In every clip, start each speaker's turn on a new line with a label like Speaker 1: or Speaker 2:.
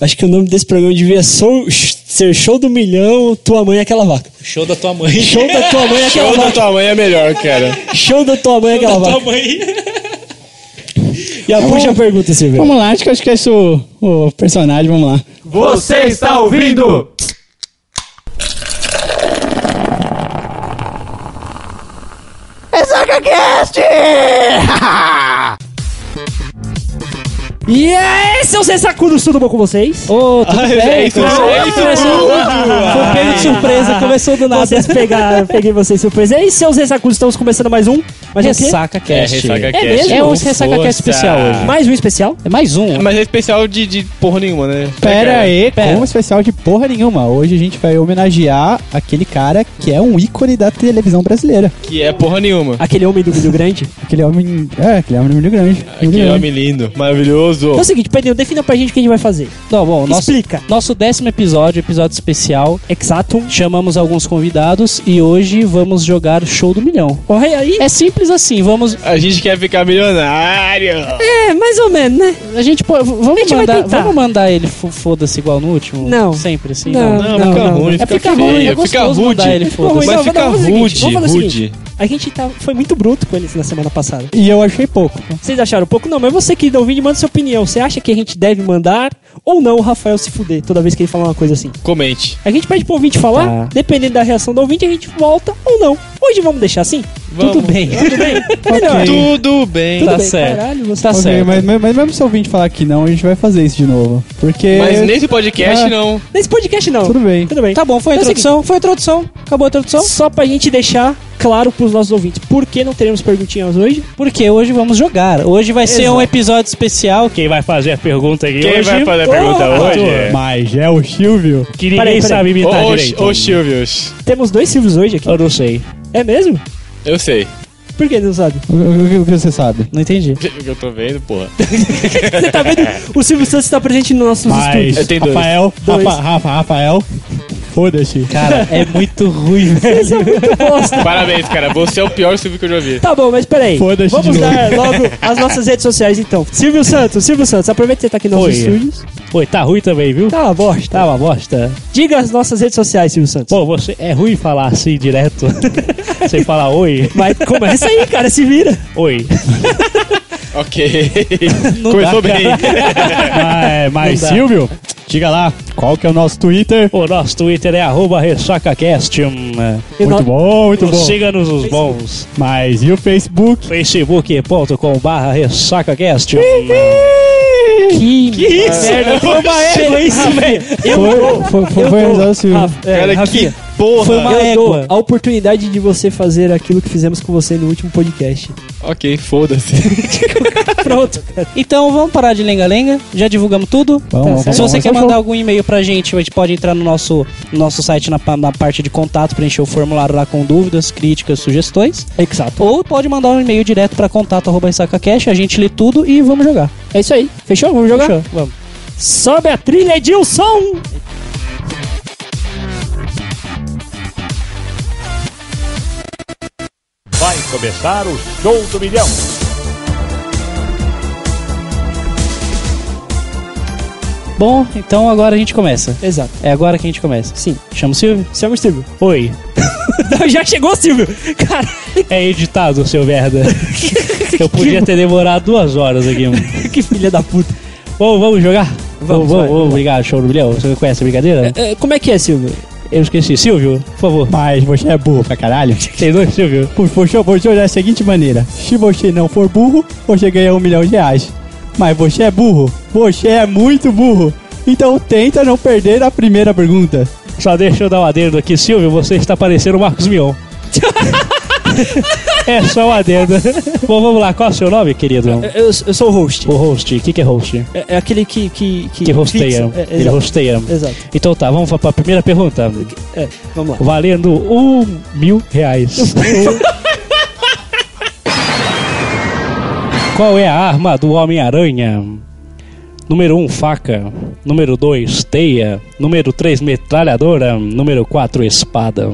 Speaker 1: Acho que o nome desse programa devia so- ser Show do Milhão, Tua Mãe é Aquela Vaca.
Speaker 2: Show da tua mãe.
Speaker 1: Show da Tua Mãe é Aquela
Speaker 3: Show da
Speaker 1: Vaca.
Speaker 3: tua mãe é melhor, cara.
Speaker 1: Show da Tua Mãe é Aquela
Speaker 2: da tua
Speaker 1: Vaca.
Speaker 2: mãe.
Speaker 1: E a puxa a pergunta, Silvio.
Speaker 4: Vamos lá, acho que acho que é esse o, o personagem, vamos lá.
Speaker 5: Você está ouvindo?
Speaker 6: E aí, seus ressacudos, tudo bom com vocês? Ah,
Speaker 1: Ô, tudo bem?
Speaker 6: Começou- começou- Foi pego de surpresa, começou do nada.
Speaker 1: Vocês pegaram, peguei vocês surpresa. é
Speaker 6: E aí, seus ressacudos, estamos começando mais um. Mais um quê?
Speaker 7: Ressaca Cast.
Speaker 6: É mesmo?
Speaker 7: É um Ressaca Cast
Speaker 3: Força.
Speaker 7: especial hoje.
Speaker 6: Mais um especial?
Speaker 7: É mais um.
Speaker 3: Mas é especial de, de porra nenhuma, né?
Speaker 4: Pera aí,
Speaker 7: pera.
Speaker 4: com um especial de porra nenhuma. Hoje a gente vai homenagear aquele cara que é um ícone da televisão brasileira.
Speaker 3: Que é porra nenhuma.
Speaker 6: Aquele homem do milho grande.
Speaker 4: Aquele homem. É, aquele homem muito grande.
Speaker 3: Aquele homem lindo, maravilhoso.
Speaker 6: Então é o seguinte, Pedrinho, defina pra gente o que a gente vai fazer.
Speaker 7: Não, bom, nosso,
Speaker 6: Explica.
Speaker 7: nosso décimo episódio, episódio especial.
Speaker 6: Exato.
Speaker 7: Chamamos alguns convidados e hoje vamos jogar Show do Milhão.
Speaker 6: Corre aí.
Speaker 7: É simples assim, vamos.
Speaker 3: A gente quer ficar milionário.
Speaker 6: É, mais ou menos, né?
Speaker 7: A gente pô, v- vamos
Speaker 6: A gente vai
Speaker 7: mandar,
Speaker 6: tentar.
Speaker 7: vamos mandar ele fo- foda-se igual no último.
Speaker 6: Não.
Speaker 7: sempre assim.
Speaker 6: Não.
Speaker 3: Não,
Speaker 6: Não,
Speaker 3: fica
Speaker 6: não,
Speaker 3: ruim,
Speaker 7: É
Speaker 3: fica,
Speaker 7: ficar ruim, é
Speaker 3: feio, fica
Speaker 7: gostoso
Speaker 3: rude.
Speaker 7: mandar ele
Speaker 6: ruim,
Speaker 7: foda-se.
Speaker 3: Mas
Speaker 6: não,
Speaker 3: fica
Speaker 6: vamos fazer o seguinte,
Speaker 3: rude,
Speaker 6: vamos fazer o seguinte.
Speaker 3: rude.
Speaker 6: assim, A gente tá, foi muito bruto com eles na semana passada.
Speaker 4: E eu achei pouco.
Speaker 6: Vocês acharam um pouco? Não, mas você que não vídeo, manda sua opinião. Você acha que a gente deve mandar ou não o Rafael se fuder toda vez que ele falar uma coisa assim?
Speaker 3: Comente.
Speaker 6: A gente pede pro ouvinte falar,
Speaker 7: Tá.
Speaker 6: dependendo da reação do ouvinte, a gente volta ou não. Hoje vamos deixar assim?
Speaker 7: Tudo bem.
Speaker 6: Tudo bem? Melhor.
Speaker 3: Tudo bem.
Speaker 6: Tudo
Speaker 7: Tá
Speaker 6: bem.
Speaker 7: certo.
Speaker 6: Caralho, você
Speaker 7: Tá
Speaker 4: Ok,
Speaker 7: certo.
Speaker 4: Mas, mas- mas mesmo se o ouvinte falar que não, a gente vai fazer isso de novo. Porque.
Speaker 3: Mas nesse podcast
Speaker 4: Ah.
Speaker 3: não.
Speaker 6: Nesse podcast não.
Speaker 4: Tudo bem.
Speaker 6: Tudo bem.
Speaker 7: Tá bom, foi a
Speaker 6: Então é o
Speaker 7: introdução, foi a introdução. Acabou a introdução.
Speaker 6: Só pra gente deixar claro pros nossos ouvintes por que não teremos perguntinhas hoje.
Speaker 7: Porque hoje vamos jogar. Hoje vai ser
Speaker 6: Exato.
Speaker 7: um episódio especial. Quem vai fazer a pergunta aqui
Speaker 2: Quem vai fazer a pergunta hoje? é
Speaker 4: Mas é o Silvio.
Speaker 2: Que
Speaker 6: Peraí,
Speaker 2: ninguém
Speaker 6: peraí.
Speaker 2: sabe
Speaker 7: Tá
Speaker 3: Ô,
Speaker 2: imitar
Speaker 3: ô,
Speaker 2: direito.
Speaker 3: ô, Silvius.
Speaker 6: Temos dois Silvios hoje aqui.
Speaker 7: Eu não sei.
Speaker 6: É mesmo?
Speaker 3: Eu sei.
Speaker 6: Por que não sabe?
Speaker 4: O, o- o que você sabe?
Speaker 7: Não entendi.
Speaker 3: Eu tô vendo, porra.
Speaker 6: Você tá vendo? O Silvio Santos está presente nos nossos estúdios.
Speaker 3: Eu tenho dois.
Speaker 4: Rafael,
Speaker 6: Dois.
Speaker 4: Rafa, Rafa, Rafael. Foda-se.
Speaker 7: Cara, é muito ruim, velho.
Speaker 6: Isso é muito bosta.
Speaker 3: Parabéns, cara. Você é o pior Silvio que eu já vi.
Speaker 6: Tá bom, mas peraí.
Speaker 4: Foda-se de
Speaker 6: Vamos
Speaker 4: novo.
Speaker 6: dar logo as nossas redes sociais então. Silvio Santos, Silvio Santos, aproveita que você tá aqui nos nossos
Speaker 2: Oi.
Speaker 6: estúdios.
Speaker 2: Pô, tá ruim também, viu?
Speaker 6: Tá uma bosta.
Speaker 2: Tá uma bosta.
Speaker 6: Diga as nossas redes sociais, Silvio Santos.
Speaker 2: Pô, você é ruim falar assim direto. Sem falar oi.
Speaker 6: Mas começa aí, cara, se vira.
Speaker 2: Oi.
Speaker 3: Ok.
Speaker 7: Não
Speaker 3: Começou
Speaker 7: dá,
Speaker 3: bem.
Speaker 4: Mas, mas
Speaker 7: Não dá.
Speaker 4: Silvio, diga lá, qual que é o nosso Twitter?
Speaker 2: O nosso Twitter é arroba ressacacast. hum,
Speaker 6: E
Speaker 4: Muito
Speaker 6: no-
Speaker 4: bom, muito bom.
Speaker 2: Siga-nos os bons.
Speaker 4: Mas e o Facebook?
Speaker 2: facebook.com barra ressacacast.
Speaker 7: Que, merda.
Speaker 6: Foi uma égua isso, velho.
Speaker 4: Foi, foi, foi, foi organizado o
Speaker 2: Ah,
Speaker 4: Silvio.
Speaker 6: Rafa, é,
Speaker 3: Cara,
Speaker 6: Rafinha,
Speaker 3: que porra.
Speaker 7: Foi uma
Speaker 6: eu dou
Speaker 7: égua.
Speaker 6: a oportunidade de você fazer aquilo que fizemos com você no último podcast.
Speaker 3: Ok, foda-se.
Speaker 6: Pronto, cara.
Speaker 7: Então vamos parar de lenga-lenga. Já divulgamos tudo.
Speaker 2: tá
Speaker 4: Vamos, vamos,
Speaker 6: tá
Speaker 7: Se você
Speaker 4: vamos,
Speaker 7: quer
Speaker 4: fechou.
Speaker 7: mandar algum e-mail pra gente, a gente pode entrar no nosso, no nosso site na, pa- na parte de contato, preencher o formulário lá com dúvidas, críticas, sugestões.
Speaker 6: Exato.
Speaker 7: Ou pode mandar um e-mail direto pra contato arroba ressacacast, a gente lê tudo e vamos jogar.
Speaker 6: É isso aí. Fechou? Vamos jogar?
Speaker 7: Fechou? Vamos.
Speaker 6: Sobe a trilha, Edilson!
Speaker 2: Vai começar o show do milhão.
Speaker 7: Bom, então agora a gente começa.
Speaker 6: Exato.
Speaker 7: É agora que a gente começa.
Speaker 6: Sim.
Speaker 7: Chama o Silvio.
Speaker 6: Chama o Silvio.
Speaker 2: Oi.
Speaker 6: Não, Já chegou, Silvio! Cara,
Speaker 2: É editado, seu merda. Eu podia ter demorado duas horas aqui. mano.
Speaker 6: que filha da puta.
Speaker 2: Bom, vamos jogar?
Speaker 6: Vamos, vai, vamos.
Speaker 2: Obrigado, show do milhão. Você conhece a brincadeira?
Speaker 6: É, como é que é, Silvio?
Speaker 2: Eu esqueci. Silvio, por favor.
Speaker 4: Mas você é burro pra caralho.
Speaker 2: Tem dois, Silvio?
Speaker 4: Por favor, vou jogar da seguinte maneira. Se você não for burro, você ganha um milhão de reais. Mas você é burro. Você é muito burro. Então tenta não perder a primeira pergunta.
Speaker 2: Só deixa eu dar um adendo aqui, Silvio. Você está parecendo o Marcos Mion. é só um adendo. Bom, vamos lá. Qual é o seu nome, querido?
Speaker 6: Eu, eu sou o host.
Speaker 2: O host. O que, que é host?
Speaker 6: É, é aquele que. Que, que,
Speaker 2: Que hosteia.
Speaker 6: fixa. É,
Speaker 2: Ele
Speaker 6: exato.
Speaker 2: hosteia.
Speaker 6: Exato.
Speaker 2: Então tá, vamos para a primeira pergunta.
Speaker 6: É, vamos lá.
Speaker 2: Valendo um mil reais. Qual é a arma do Homem-Aranha? Número 1, um, faca. Número 2, teia. Número 3, metralhadora. Número 4, espada.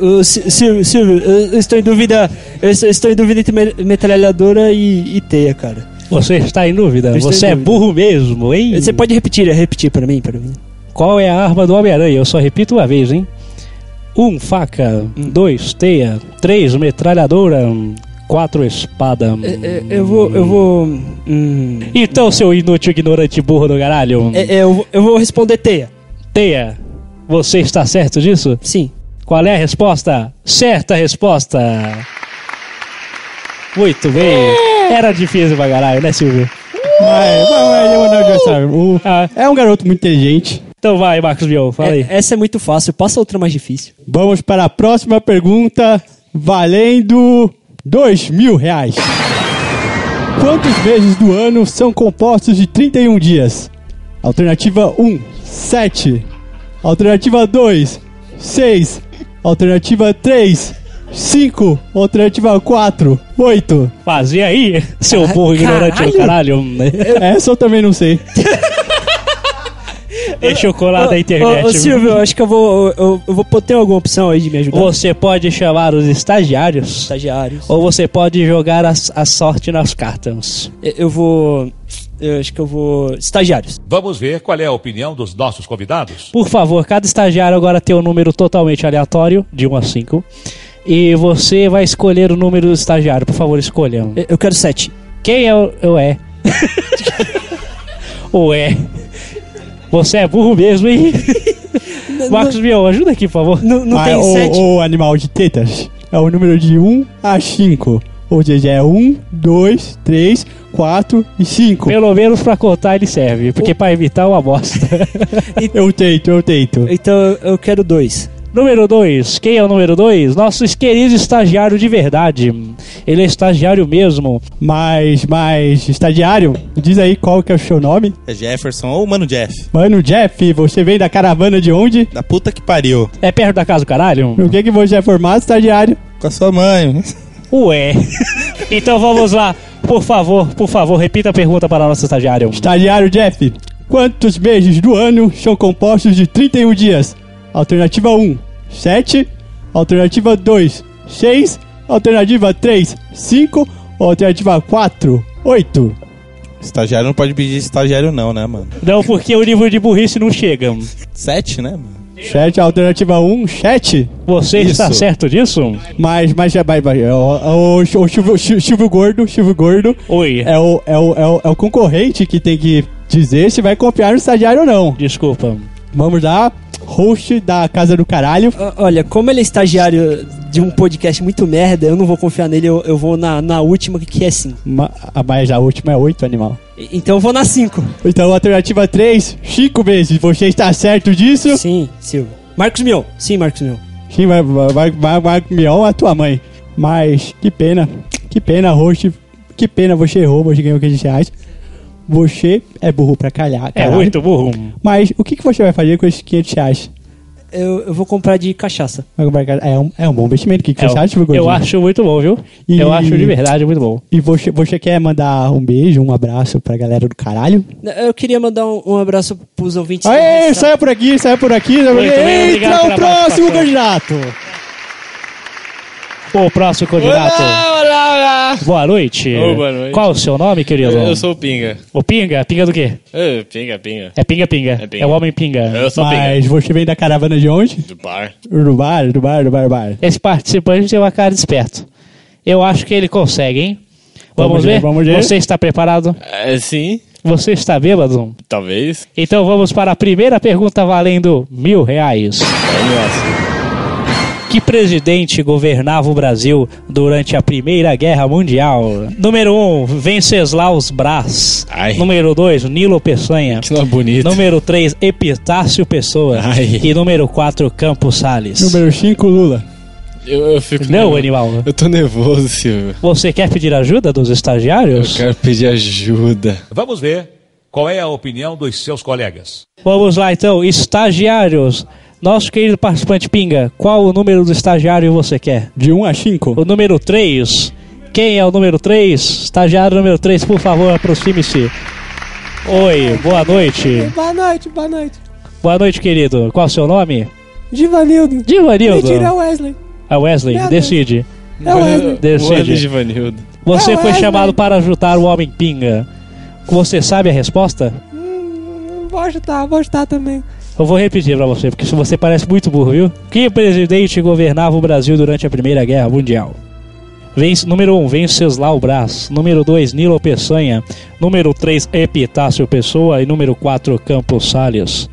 Speaker 6: Ô, Si- Silvio, Silvio, eu eu estou em dúvida. Eu estou- eu estou em dúvida entre me- metralhadora e, e teia, cara. Você está em dúvida?
Speaker 7: Eu estou em
Speaker 6: Você é
Speaker 7: dúvida.
Speaker 6: burro mesmo, hein?
Speaker 7: Você pode repetir, é, repetir pra mim, pra mim.
Speaker 6: Qual é a arma do Homem-Aranha? Eu só repito uma vez, hein? Um, faca. Dois, teia. Três, metralhadora. Quatro, espada.
Speaker 7: É, Eu, vou, eu vou, hum,
Speaker 6: Então, seu inútil ignorante burro do caralho.
Speaker 7: é- é, eu vou- eu vou responder teia.
Speaker 6: Teia, você está certo disso?
Speaker 7: Sim.
Speaker 6: Qual é a resposta? Certa resposta! Muito bem.
Speaker 7: É.
Speaker 6: Era difícil pra caralho, né, Silvio?
Speaker 4: Mas, mas, mas Leonardo já sabe. O-
Speaker 6: Ah,
Speaker 4: é um garoto muito inteligente.
Speaker 6: então vai, Marcos Bion, fala aí.
Speaker 7: É- essa é muito fácil. Passa outra mais difícil.
Speaker 4: Vamos para a próxima pergunta, valendo dois mil reais. Quantos meses do ano são compostos de 31 dias? Alternativa 1, 7. Alternativa 2, 6. Alternativa 3, 5. Alternativa 4, 8.
Speaker 6: Fazia aí,
Speaker 7: Ah,
Speaker 6: seu burro ignorante do caralho.
Speaker 4: É, Essa eu também não sei.
Speaker 6: Deixa o colar da internet.
Speaker 7: Ô, ô,
Speaker 6: viu?
Speaker 7: Silvio, eu acho que eu vou, eu, eu vou pô- ter alguma opção aí de me ajudar.
Speaker 6: Você pode chamar os estagiários
Speaker 7: Estagiários.
Speaker 6: ou você pode jogar a, a sorte nas cartas.
Speaker 7: Eu- É, Eu vou, eu acho que eu vou, estagiários.
Speaker 2: Vamos ver qual é a opinião dos nossos convidados.
Speaker 6: Por favor, cada estagiário agora tem um número totalmente aleatório, de 1 a 5. E você vai escolher o número do estagiário. Por favor, escolha. um.
Speaker 7: Eu, eu quero sete.
Speaker 6: Quem é o, o é? o é. Você é burro mesmo, hein? Marcos Mion, ajuda aqui, por favor.
Speaker 7: Não, não
Speaker 4: Mas
Speaker 7: tem
Speaker 4: Ah, é o,
Speaker 7: sete.
Speaker 4: o animal de tetas é o número de 1 a 5. Ou seja, é 1, 2, 3, 4 e 5.
Speaker 6: Pelo menos pra cortar ele serve, porque pra evitar é uma bosta.
Speaker 4: Eu tento, eu tento.
Speaker 7: Então eu quero dois.
Speaker 6: número 2. Quem é o número 2? Nosso querido estagiário de verdade. Ele é estagiário mesmo.
Speaker 4: Mas, mas, estagiário, diz aí qual que é o seu nome.
Speaker 3: É Jefferson ou Mano Jeff.
Speaker 4: Mano Jeff, você vem da caravana de onde?
Speaker 3: Da puta que pariu.
Speaker 6: É perto da casa do caralho?
Speaker 4: No que que você é formado, estagiário?
Speaker 3: Com a sua mãe.
Speaker 6: Ué. Então vamos lá. Por favor, por favor, repita a pergunta para o nosso estagiário.
Speaker 4: Estagiário Jeff, quantos meses do ano são compostos de 31 dias? Alternativa 1, 7. Alternativa 2, 6. Alternativa 3, 5. Alternativa 4, 8.
Speaker 3: Estagiário não pode pedir estagiário, não, né, mano?
Speaker 6: Não, porque o nível de burrice não chega.
Speaker 3: Sete, né, mano?
Speaker 4: 7, alternativa 1, 7.
Speaker 6: Você está
Speaker 3: Isso.
Speaker 6: certo disso?
Speaker 4: Mas, mas, mas, mas, o, o, o Silvio- Silvio Gordo, Silvio Gordo,
Speaker 6: Oi. um-
Speaker 4: É o, é, o, é, o, é o concorrente que tem que dizer se vai confiar no estagiário ou não.
Speaker 6: Desculpa.
Speaker 4: Vamos lá, host da Casa do Caralho.
Speaker 7: O- Olha, como ele é estagiário de um podcast muito merda, eu não vou confiar nele, eu, eu vou na, na última que é cinco.
Speaker 4: Ma- ah, Mas a última é oito, animal.
Speaker 7: E- Então eu vou na cinco.
Speaker 4: Então, alternativa 3, cinco vezes. Você está certo disso?
Speaker 7: Sim, Silvio. Marcos Mion. Sim, Marcos Mion.
Speaker 4: Sim, vai, vai, vai, vai, vai Mion a tua mãe. Mas, que pena. Que pena, host. Que pena, você errou, você ganhou 15 reais. Você é burro pra calhar,
Speaker 6: É
Speaker 4: caralho.
Speaker 6: muito burro.
Speaker 4: Mas, o que, que você vai fazer com esses 500 reais?
Speaker 7: Eu, eu vou comprar de cachaça.
Speaker 4: Vai comprar casa- É um, é um bom investimento. O que, que
Speaker 6: É,
Speaker 4: você acha, Gordinho?
Speaker 6: eu acho muito bom, viu?
Speaker 4: E-
Speaker 6: Eu acho de verdade muito bom.
Speaker 4: E você, você quer mandar um beijo, um abraço pra galera do caralho?
Speaker 7: Eu queria mandar um, um abraço pros ouvintes.
Speaker 4: Aê,
Speaker 7: Nossa.
Speaker 4: sai por aqui, sai por aqui, sai por aqui.
Speaker 6: Muito bem, obrigado
Speaker 4: Entra o
Speaker 6: pela
Speaker 4: próximo
Speaker 6: participação.
Speaker 4: candidato.
Speaker 6: O próximo candidato.
Speaker 8: Olá, olá, olá.
Speaker 6: Boa noite.
Speaker 8: Ô, boa noite.
Speaker 6: Qual o seu nome, querido?
Speaker 8: Eu, eu sou o Pinga.
Speaker 6: O Pinga? Pinga do quê?
Speaker 8: Ô, pinga, pinga.
Speaker 6: É Pinga Pinga.
Speaker 8: É Pinga.
Speaker 6: o Homem Pinga.
Speaker 8: Eu sou Pinga.
Speaker 4: Mas você vem da caravana de onde?
Speaker 8: Do bar.
Speaker 4: Do bar, do bar, do bar, bar.
Speaker 6: Esse participante tem uma cara de esperto. Eu acho que ele consegue, hein? Vamos,
Speaker 4: Vamos ver,
Speaker 6: ver?
Speaker 4: vamos ver.
Speaker 6: Você está preparado?
Speaker 8: É, sim,
Speaker 6: Você está bêbado?
Speaker 8: talvez.
Speaker 6: Então vamos para a primeira pergunta valendo mil reais.
Speaker 8: Nossa.
Speaker 6: Que presidente governava o Brasil durante a Primeira Guerra Mundial? Número 1, um, Venceslaus Brás.
Speaker 8: Ai.
Speaker 6: Número 2, Nilo Peçanha.
Speaker 8: Que nome bonito.
Speaker 6: Número 3, Epitácio Pessoa.
Speaker 8: Ai.
Speaker 6: E número 4, Campos Salles.
Speaker 4: Número 5, Lula.
Speaker 8: Eu, eu fico.
Speaker 6: Não,
Speaker 8: nervoso.
Speaker 6: animal.
Speaker 8: Eu tô nervoso, Silvio.
Speaker 6: Você quer pedir ajuda dos
Speaker 8: Eu
Speaker 6: estagiários?
Speaker 8: quero pedir ajuda.
Speaker 2: Vamos ver qual é a opinião dos seus colegas.
Speaker 6: Vamos lá então, estagiários. Nosso querido participante Pinga, qual o número do estagiário você quer?
Speaker 4: De 1 a 5.
Speaker 6: O número 3. Quem é o número 3? Estagiário número 3, por favor, aproxime-se. Oi, boa noite.
Speaker 9: Boa noite, boa noite.
Speaker 6: Boa noite, querido. Qual o seu nome?
Speaker 9: Givanildo.
Speaker 6: Divanildo.
Speaker 9: Mentira, é o Wesley.
Speaker 6: A Wesley,
Speaker 9: Merda.
Speaker 6: decide.
Speaker 9: É o Wesley.
Speaker 6: Decide.
Speaker 8: Boa noite, Givanildo.
Speaker 6: Você
Speaker 9: Não
Speaker 6: foi
Speaker 9: é,
Speaker 6: chamado
Speaker 9: não.
Speaker 6: para ajudar o Homem Pinga. Você sabe a resposta?
Speaker 9: Vou ajudar, vou ajudar tá também.
Speaker 6: Eu vou repetir pra você, porque se você parece muito burro, viu? Que presidente governava o Brasil durante a Primeira Guerra Mundial? Vence, número 1, um, Venceslau Brás. Número 2, Nilo Peçanha. Número 3, Epitácio Pessoa. E número 4, Campos Salles.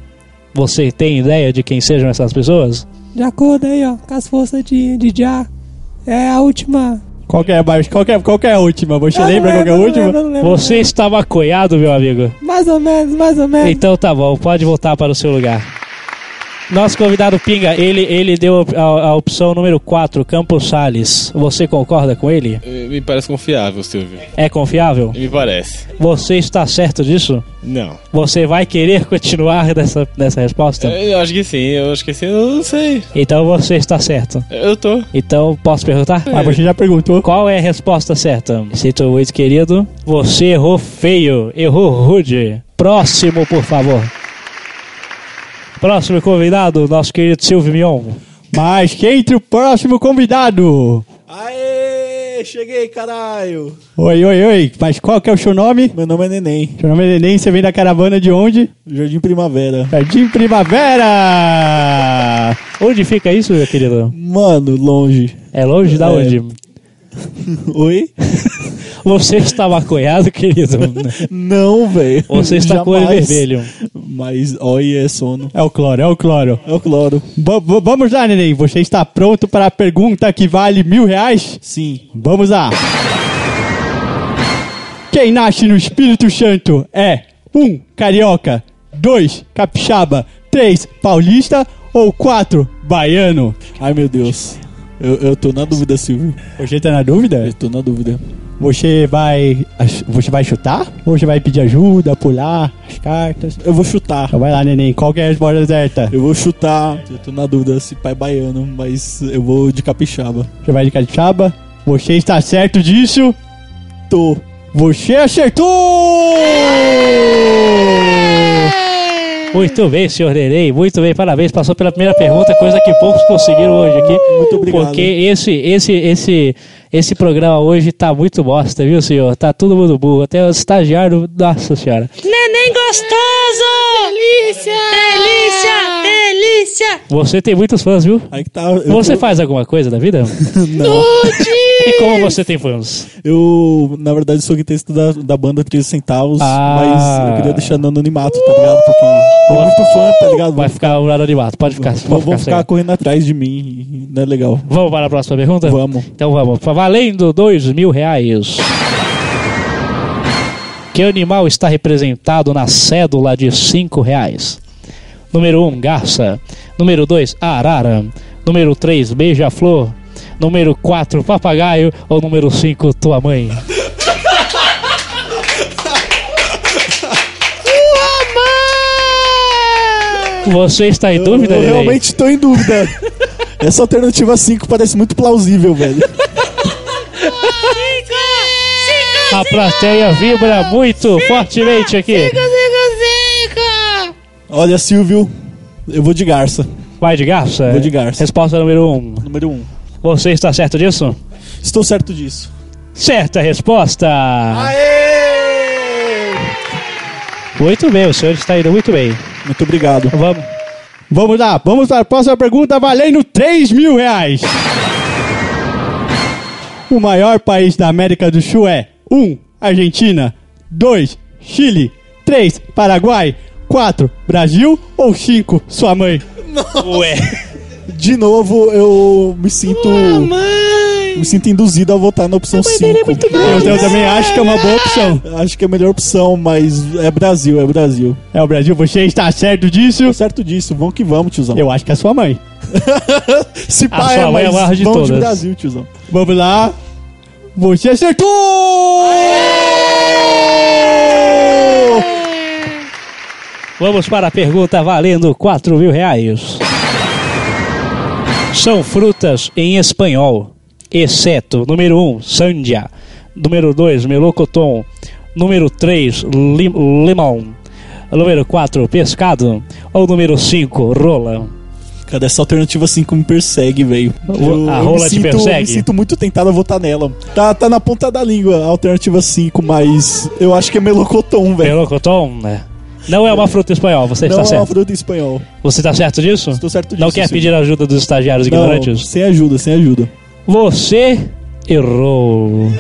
Speaker 6: Você tem ideia de quem sejam essas pessoas?
Speaker 9: De acordo aí, ó, com as forças de, de Já. É a última.
Speaker 4: Qual que é, Barros? Qual que é, qual que é a última? Você lembra qual que é a última?
Speaker 9: Não lembro, não
Speaker 6: Você está maconhado, meu amigo.
Speaker 9: lembro. Mais ou menos, mais ou menos.
Speaker 6: Então tá bom, pode voltar para o seu lugar. Nosso convidado Pinga, ele, ele deu a, a opção número 4, Campos Salles. Você concorda com ele?
Speaker 8: Eh, Me parece confiável, Silvio.
Speaker 6: É confiável?
Speaker 8: Me parece.
Speaker 6: Você está certo disso?
Speaker 8: Não.
Speaker 6: Você vai querer continuar nessa, nessa resposta?
Speaker 8: Eh, Eu acho que sim, eu acho que sim, eu não sei.
Speaker 6: Então você está certo.
Speaker 8: Eu tô.
Speaker 6: Então posso perguntar?
Speaker 4: Mas você já perguntou.
Speaker 6: Qual é a resposta certa? Cito muito querido. Você errou feio, errou rude. Próximo, por favor. Próximo convidado, nosso querido Silvio Mion.
Speaker 4: Mas quem entre o próximo convidado?
Speaker 5: Aê, cheguei, caralho.
Speaker 4: Oi, oi, oi. Mas qual que é o seu nome?
Speaker 5: Meu nome é Neném,
Speaker 4: Seu nome é Neném, você vem da caravana de onde?
Speaker 5: Jardim Primavera.
Speaker 4: Jardim Primavera!
Speaker 6: Onde fica isso, meu querido?
Speaker 5: Mano, longe.
Speaker 6: É longe da
Speaker 5: É.
Speaker 6: onde?
Speaker 5: Oi?
Speaker 6: Você está maconhado, querido?
Speaker 5: Não, velho.
Speaker 6: Você está com o olho
Speaker 5: Jamais.
Speaker 6: vermelho.
Speaker 5: Mas, olha, é sono.
Speaker 4: É o cloro, é o cloro.
Speaker 5: É o cloro.
Speaker 4: Va- va- vamos lá, neném. Você está pronto para a pergunta que vale mil reais?
Speaker 5: Sim.
Speaker 4: Vamos lá. Quem nasce no Espírito Santo é 1. Um, carioca 2. Capixaba 3. Paulista ou 4. Baiano?
Speaker 5: Ai, meu Deus. Eu, eu tô na dúvida, Silvio.
Speaker 4: Você tá na dúvida?
Speaker 5: Eu tô na dúvida.
Speaker 4: Você vai. ach- Você vai chutar? Ou você vai pedir ajuda, pular as cartas?
Speaker 5: Eu vou chutar.
Speaker 4: Então vai lá, neném. Qual que é a resposta certa?
Speaker 5: Eu vou chutar. Eu tô na dúvida se pai é baiano, mas eu vou de capixaba.
Speaker 4: Você vai de capixaba? Você está certo disso?
Speaker 5: Tô.
Speaker 4: Você acertou!
Speaker 6: Muito bem, senhor Neném. Muito bem, parabéns. Passou pela primeira pergunta, coisa que poucos conseguiram hoje aqui.
Speaker 5: Muito obrigado.
Speaker 6: Porque esse, esse, esse, esse programa hoje tá muito bosta, viu, senhor? Tá todo mundo burro. Até o estagiário. Nossa senhora.
Speaker 10: Neném gostoso! Delícia! Delícia! Delícia!
Speaker 6: Você tem muitos fãs, viu?
Speaker 5: Aí que tá. eu
Speaker 6: Você
Speaker 5: tô-
Speaker 6: faz alguma coisa da vida?
Speaker 5: Não.
Speaker 6: E como você tem fãs?
Speaker 5: Eu, na verdade, sou guitarrista da, da banda 13 Centavos,
Speaker 6: Ah.
Speaker 5: mas eu queria deixar no anonimato, tá ligado? Porque eu sou muito fã, tá ligado?
Speaker 6: Vai ficar o anonimato, pode ficar.
Speaker 5: Vão
Speaker 6: Pode
Speaker 5: vão
Speaker 6: ficar
Speaker 5: ficar
Speaker 6: cego.
Speaker 5: correndo atrás de mim, não é legal.
Speaker 6: Vamos para a próxima pergunta?
Speaker 5: Vamos.
Speaker 6: Então vamos. Valendo dois mil reais. Que animal está representado na cédula de cinco reais? Número 1, um, garça. Número 2, arara. Número 3, beija-flor. Número 4, papagaio. Ou número 5, tua mãe. Você está em dúvida,
Speaker 5: eu
Speaker 6: Neném?
Speaker 5: realmente tô em dúvida. Essa alternativa 5 parece muito plausível, velho.
Speaker 6: A plateia vibra muito fortemente aqui.
Speaker 5: Olha, Silvio, eu vou de garça.
Speaker 6: Vai de garça?
Speaker 5: Vou de garça.
Speaker 6: Resposta número 1. Um.
Speaker 5: Número 1. Um.
Speaker 6: Você está certo disso?
Speaker 5: Estou certo disso.
Speaker 6: Certa resposta! Muito bem, o senhor está indo muito bem.
Speaker 5: Muito obrigado.
Speaker 6: Vamos.
Speaker 4: Vamos lá, vamos para a próxima pergunta valendo 3 mil reais. O maior país da América do Sul é 1. Um, Argentina 2. Chile 3. Paraguai 4. Brasil ou 5. Sua mãe?
Speaker 6: Ué,
Speaker 5: De novo, eu me sinto. Me sinto induzido a votar na opção 5.
Speaker 4: Eu, eu também acho que é uma boa opção.
Speaker 5: Acho que é a melhor opção, mas é Brasil, é Brasil.
Speaker 4: É o Brasil, você está certo disso?
Speaker 5: Tô certo disso, vamos que vamos, tiozão.
Speaker 4: Eu acho que é sua mãe.
Speaker 5: Se
Speaker 6: A sua mãe é a
Speaker 5: mas
Speaker 6: maior de
Speaker 5: vamos de
Speaker 6: todas.
Speaker 5: Brasil, tiozão.
Speaker 4: Vamos lá. Você acertou!
Speaker 6: vamos para a pergunta valendo 4 mil reais. São frutas em espanhol, exceto número 1, um, sandia, número 2, melocoton, número 3, limão, número 4, pescado ou número 5, rola.
Speaker 5: Cara, essa alternativa 5 me persegue, velho. Eu-
Speaker 6: a
Speaker 5: eu me
Speaker 6: rola te
Speaker 5: sinto-
Speaker 6: persegue?
Speaker 5: Me sinto muito tentado a votar nela. Tá, tá na ponta da língua a alternativa 5, mas eu acho que é melocotom, velho.
Speaker 6: Melocotom, né? Não é uma fruta espanhola, você
Speaker 5: Não
Speaker 6: está
Speaker 5: é uma
Speaker 6: certo.
Speaker 5: fruta em espanhol.
Speaker 6: Você está certo disso?
Speaker 5: Estou certo disso.
Speaker 6: Não quer
Speaker 5: sim.
Speaker 6: pedir ajuda dos estagiários
Speaker 5: Não,
Speaker 6: ignorantes?
Speaker 5: sem ajuda, sem ajuda.
Speaker 6: Você errou.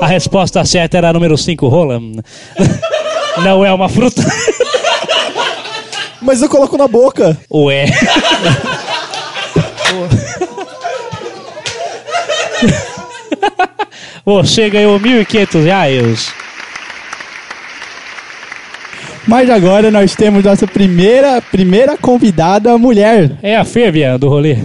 Speaker 6: A resposta certa era a número 5, rola. Não é uma fruta?
Speaker 5: Mas eu coloco na boca.
Speaker 6: Ué. Você ganhou 1.500 reais.
Speaker 4: Mas agora nós temos nossa primeira, primeira convidada mulher.
Speaker 6: É a fêmea do rolê.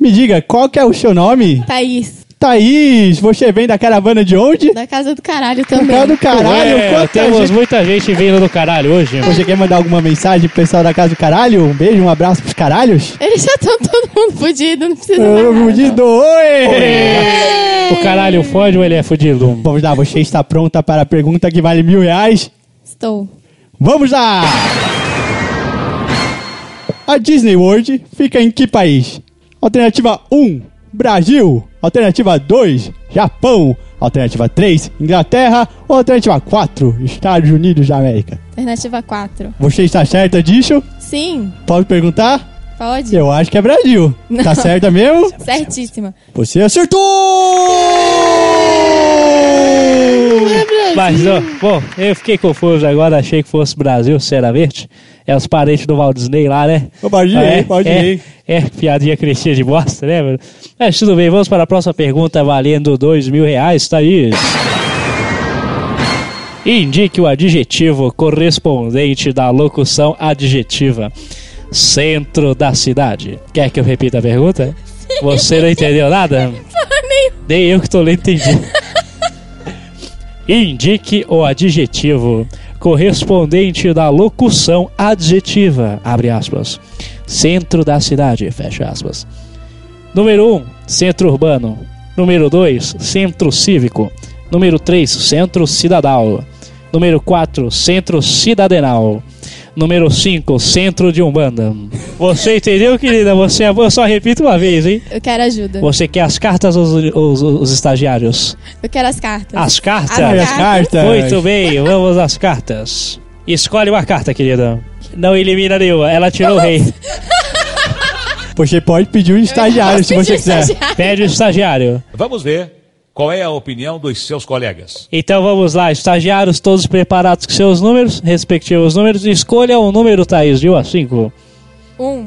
Speaker 4: Me diga, qual que é o seu nome?
Speaker 11: Thaís,
Speaker 4: Thaís, você vem da caravana de onde?
Speaker 11: da casa do caralho também.
Speaker 4: Cara do caralho,
Speaker 6: Ué,
Speaker 4: quanta
Speaker 6: É, temos
Speaker 4: gente...
Speaker 6: muita gente vindo do caralho hoje.
Speaker 4: Você quer mandar alguma mensagem pro pessoal da casa do caralho? Um beijo, um abraço pros caralhos?
Speaker 11: Eles já estão todo mundo fudido, não precisa mais
Speaker 4: Ô,
Speaker 11: nada.
Speaker 4: Fudido, oi!
Speaker 6: O caralho fode ou ele é fudido?
Speaker 4: Vamos lá, você está pronta para a pergunta que vale mil reais?
Speaker 11: Estou.
Speaker 4: Vamos lá! A Disney World fica em que país? Alternativa 1, Brasil. Alternativa 2, Japão. Alternativa 3, Inglaterra. Ou alternativa 4, Estados Unidos da América.
Speaker 11: Alternativa 4.
Speaker 4: Você está certa disso?
Speaker 11: Sim,
Speaker 4: Pode perguntar?
Speaker 11: pode.
Speaker 4: Eu acho que é Brasil.
Speaker 11: Não.
Speaker 4: Tá certa mesmo?
Speaker 11: Certíssima.
Speaker 4: Você acertou!
Speaker 6: Mas, ó, bom, eu fiquei confuso agora, achei que fosse Brasil, sinceramente. É os parentes do Walt Disney lá, né?
Speaker 4: Ô, pode ir,
Speaker 6: é,
Speaker 4: pode
Speaker 6: é,
Speaker 4: ir.
Speaker 6: É, piadinha crescida de bosta, né, mano? Mas tudo bem, vamos para a próxima pergunta valendo dois mil reais, tá Thaís. Indique o adjetivo correspondente da locução adjetiva. Centro da cidade. Quer que eu repita a pergunta? Você não entendeu nada? Nem um. eu que tô lendo entendi. Indique o adjetivo correspondente da locução adjetiva, abre aspas. Centro da cidade, fecha aspas. Número 1, um, centro urbano. Número 2, centro cívico. Número 3, centro cidadal. Número 4, centro cidadenal. Número 5, centro de Umbanda. Você entendeu, querida? Você é boa, só repita uma vez, hein?
Speaker 11: Eu quero ajuda.
Speaker 6: Você quer as cartas ou os- os- os estagiários?
Speaker 11: Eu quero as cartas.
Speaker 6: As cartas?
Speaker 11: As
Speaker 4: As cartas.
Speaker 6: Muito bem, vamos às cartas. Escolhe uma carta, querida. Não elimina nenhuma, ela tirou o rei.
Speaker 4: Você pode pedir um estagiário se você quiser.
Speaker 6: Pede o estagiário.
Speaker 2: Vamos ver qual é a opinião dos seus colegas.
Speaker 6: Então vamos lá, estagiários todos preparados com seus números, respectivos números. Escolha um número, Thaís, de 1 a 5.
Speaker 11: Um.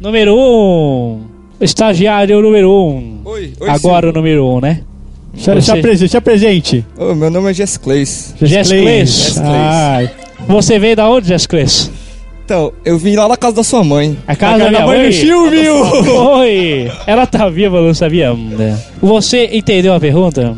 Speaker 6: Número 1. Um. Estagiário número 1. Um.
Speaker 12: Oi, oi.
Speaker 6: Agora o número 1, um, né?
Speaker 4: Se- Se
Speaker 6: Você-
Speaker 4: apresente, se apresente.
Speaker 12: Ô, meu nome é Jess Clays.
Speaker 6: Jess Clays.
Speaker 12: Jess Clays.
Speaker 4: Ai.
Speaker 6: Você veio da onde, Jess Clays?
Speaker 12: Então, eu vim lá na casa da sua mãe.
Speaker 6: A casa da minha mãe? Oi! Ela tá viva, eu não sabia. Você entendeu a pergunta?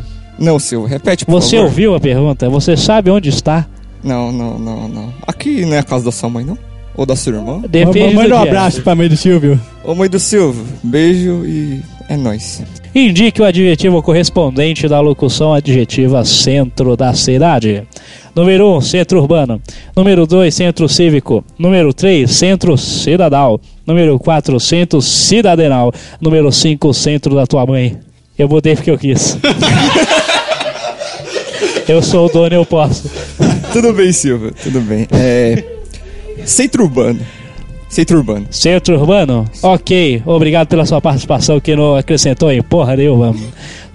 Speaker 12: Não, Silvio, repete, por
Speaker 6: Você
Speaker 12: favor.
Speaker 6: ouviu a pergunta? Você sabe onde está?
Speaker 12: Não, não, não, não. Aqui não é a casa da sua mãe, não? Ou da sua irmã?
Speaker 6: Depende
Speaker 4: Manda
Speaker 6: do
Speaker 4: um
Speaker 6: dia.
Speaker 4: abraço pra mãe do Silvio.
Speaker 12: Ô, mãe do Silvio, beijo e é nóis.
Speaker 6: Indique o adjetivo correspondente da locução adjetiva centro da cidade. Número 1, um, centro urbano. Número 2, centro cívico. Número 3, centro cidadal. Número 4, centro cidadenal. Número 5, centro da tua mãe. Eu mudei porque eu quis. eu sou o dono, eu posso.
Speaker 12: Tudo bem, Silvio, tudo bem. É... Centro Urbano. Centro Urbano.
Speaker 6: Centro Urbano? Ok, obrigado pela sua participação que não acrescentou em porra nenhuma.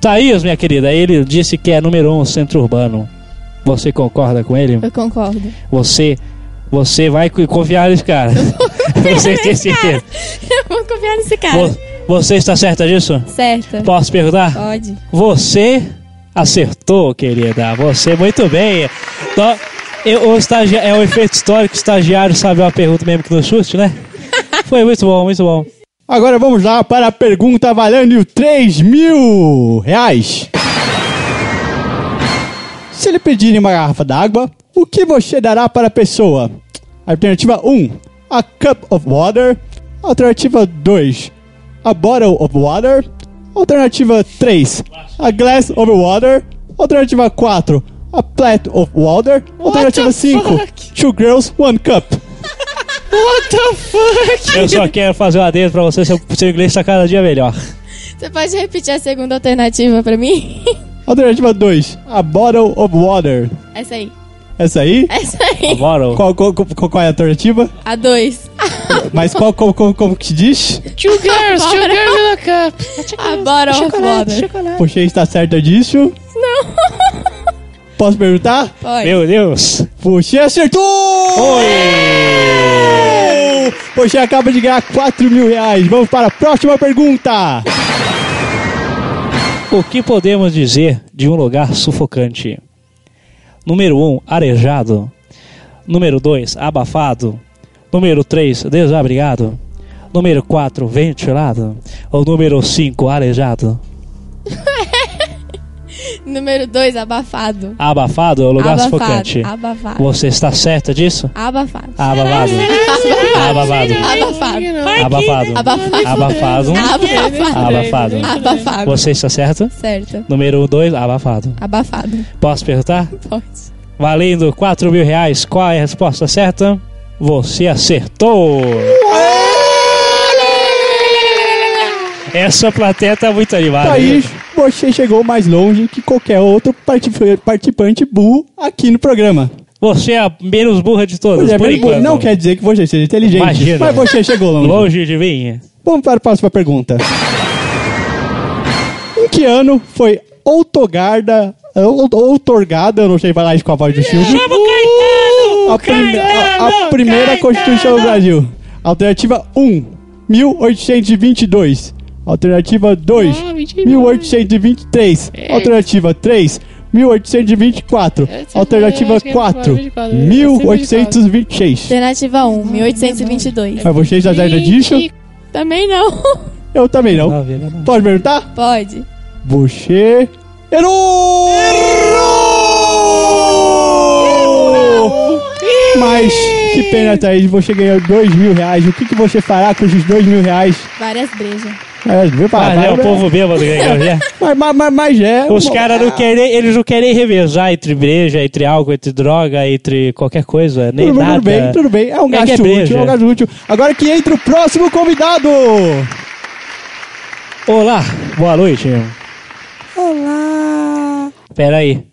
Speaker 6: Thaís, minha querida, ele disse que é número um Centro Urbano. Você concorda com ele?
Speaker 11: Eu concordo.
Speaker 6: Você você vai co- confiar nesse cara. você tem certeza.
Speaker 11: Eu vou confiar nesse cara.
Speaker 6: Vo- Você está certa disso?
Speaker 11: Certa.
Speaker 6: Posso perguntar?
Speaker 11: Pode.
Speaker 6: Você acertou, querida. Você muito bem. Então, eu- o estagi- é um efeito histórico, o estagiário sabe uma pergunta mesmo que não chute, né? Foi muito bom, muito bom.
Speaker 4: Agora vamos lá para a pergunta valendo 3 mil reais. Se lhe pedirem uma garrafa d'água, o que você dará para a pessoa? Alternativa 1, a cup of water. Alternativa 2, a bottle of water. Alternativa 3, a glass of water. Alternativa 4, a plat of water. Alternativa 5, two girls, one cup.
Speaker 8: What the fuck?
Speaker 6: Eu só quero fazer um adendo pra você, seu, seu inglês tá cada dia melhor.
Speaker 11: Você pode repetir a segunda alternativa pra mim?
Speaker 4: Alternativa 2, a bottle of water.
Speaker 11: Essa aí.
Speaker 4: Essa aí?
Speaker 11: Essa aí.
Speaker 6: Bottle.
Speaker 4: Qual, qual, qual, qual é a alternativa?
Speaker 11: A dois.
Speaker 4: Mas qual, qual, qual- como que se diz?
Speaker 11: Two girls, two girls in a cup. A bottle of water.
Speaker 4: Você está certa tá disso?
Speaker 11: Não.
Speaker 4: Posso perguntar?
Speaker 11: Pode.
Speaker 6: Meu Deus.
Speaker 4: Você acertou! Oi! Você acaba de ganhar 4 mil reais. Vamos para a próxima pergunta.
Speaker 6: O que podemos dizer de um lugar sufocante? Número 1, um, arejado. Número 2, abafado. Número 3, desabrigado. Número 4, ventilado. Ou número 5, arejado.
Speaker 11: Número dois, abafado.
Speaker 6: Abafado é o lugar
Speaker 11: abafado.
Speaker 6: sufocante.
Speaker 11: Abafado.
Speaker 6: Você está certa disso?
Speaker 11: Abafado.
Speaker 6: Abafado. Abafado. Abafado.
Speaker 11: Abafado. Abafado.
Speaker 6: Abafado. Abafado.
Speaker 11: Abafado. Abafado.
Speaker 6: Você está certa?
Speaker 11: Certa.
Speaker 6: Número 2, abafado.
Speaker 11: Abafado.
Speaker 6: Posso perguntar?
Speaker 11: Pode.
Speaker 6: Valendo 4 mil reais, qual é a resposta certa? Você acertou! Essa plateia tá muito animada.
Speaker 4: Aí
Speaker 6: viu?
Speaker 4: você chegou mais longe que qualquer outro partif- participante burro aqui no programa.
Speaker 6: Você é a menos burra de todas,
Speaker 4: Você é
Speaker 6: por
Speaker 4: bem burro.
Speaker 6: enquanto.
Speaker 4: Não quer dizer que você seja inteligente,
Speaker 6: Imagina.
Speaker 4: mas você chegou longe.
Speaker 6: Longe de mim.
Speaker 4: Vamos para a próxima pergunta. em que ano foi outorgada, ou- outorgada, eu não sei falar isso com a voz do Silvio, Uh! a, prime- a- a primeira Constituição do Brasil? Alternativa 1, 1822. Alternativa 2,
Speaker 11: Ah,
Speaker 4: 1823.
Speaker 11: É.
Speaker 4: Alternativa 3, 1824. Alternativa
Speaker 11: acho que é
Speaker 4: 4,
Speaker 11: 24,
Speaker 4: 1826.
Speaker 11: Alternativa 1, 1822.
Speaker 4: Mas vocês já sabem disso?
Speaker 11: Também não.
Speaker 4: Eu também não. Pode perguntar?
Speaker 11: Pode.
Speaker 4: Você errou! Mas que pena, Thaís, você ganhou dois mil reais. O que, que você fará com esses dois mil reais?
Speaker 11: Várias brejas.
Speaker 4: É, viu,
Speaker 6: Mas é o povo bêbado que ganha, né?
Speaker 4: Mas, mas, mas, mas é.
Speaker 6: Os
Speaker 4: bom,
Speaker 6: caras não querem, eles não querem revezar entre breja, entre álcool, entre droga, entre qualquer coisa, nem
Speaker 4: Tudo, bem,
Speaker 6: nada.
Speaker 4: tudo bem, tudo bem. É um
Speaker 6: É que é
Speaker 4: gasto útil, é um
Speaker 6: breja.
Speaker 4: gasto útil. Agora que entra o próximo convidado!
Speaker 6: Olá, boa noite.
Speaker 9: Olá!
Speaker 6: Pera aí.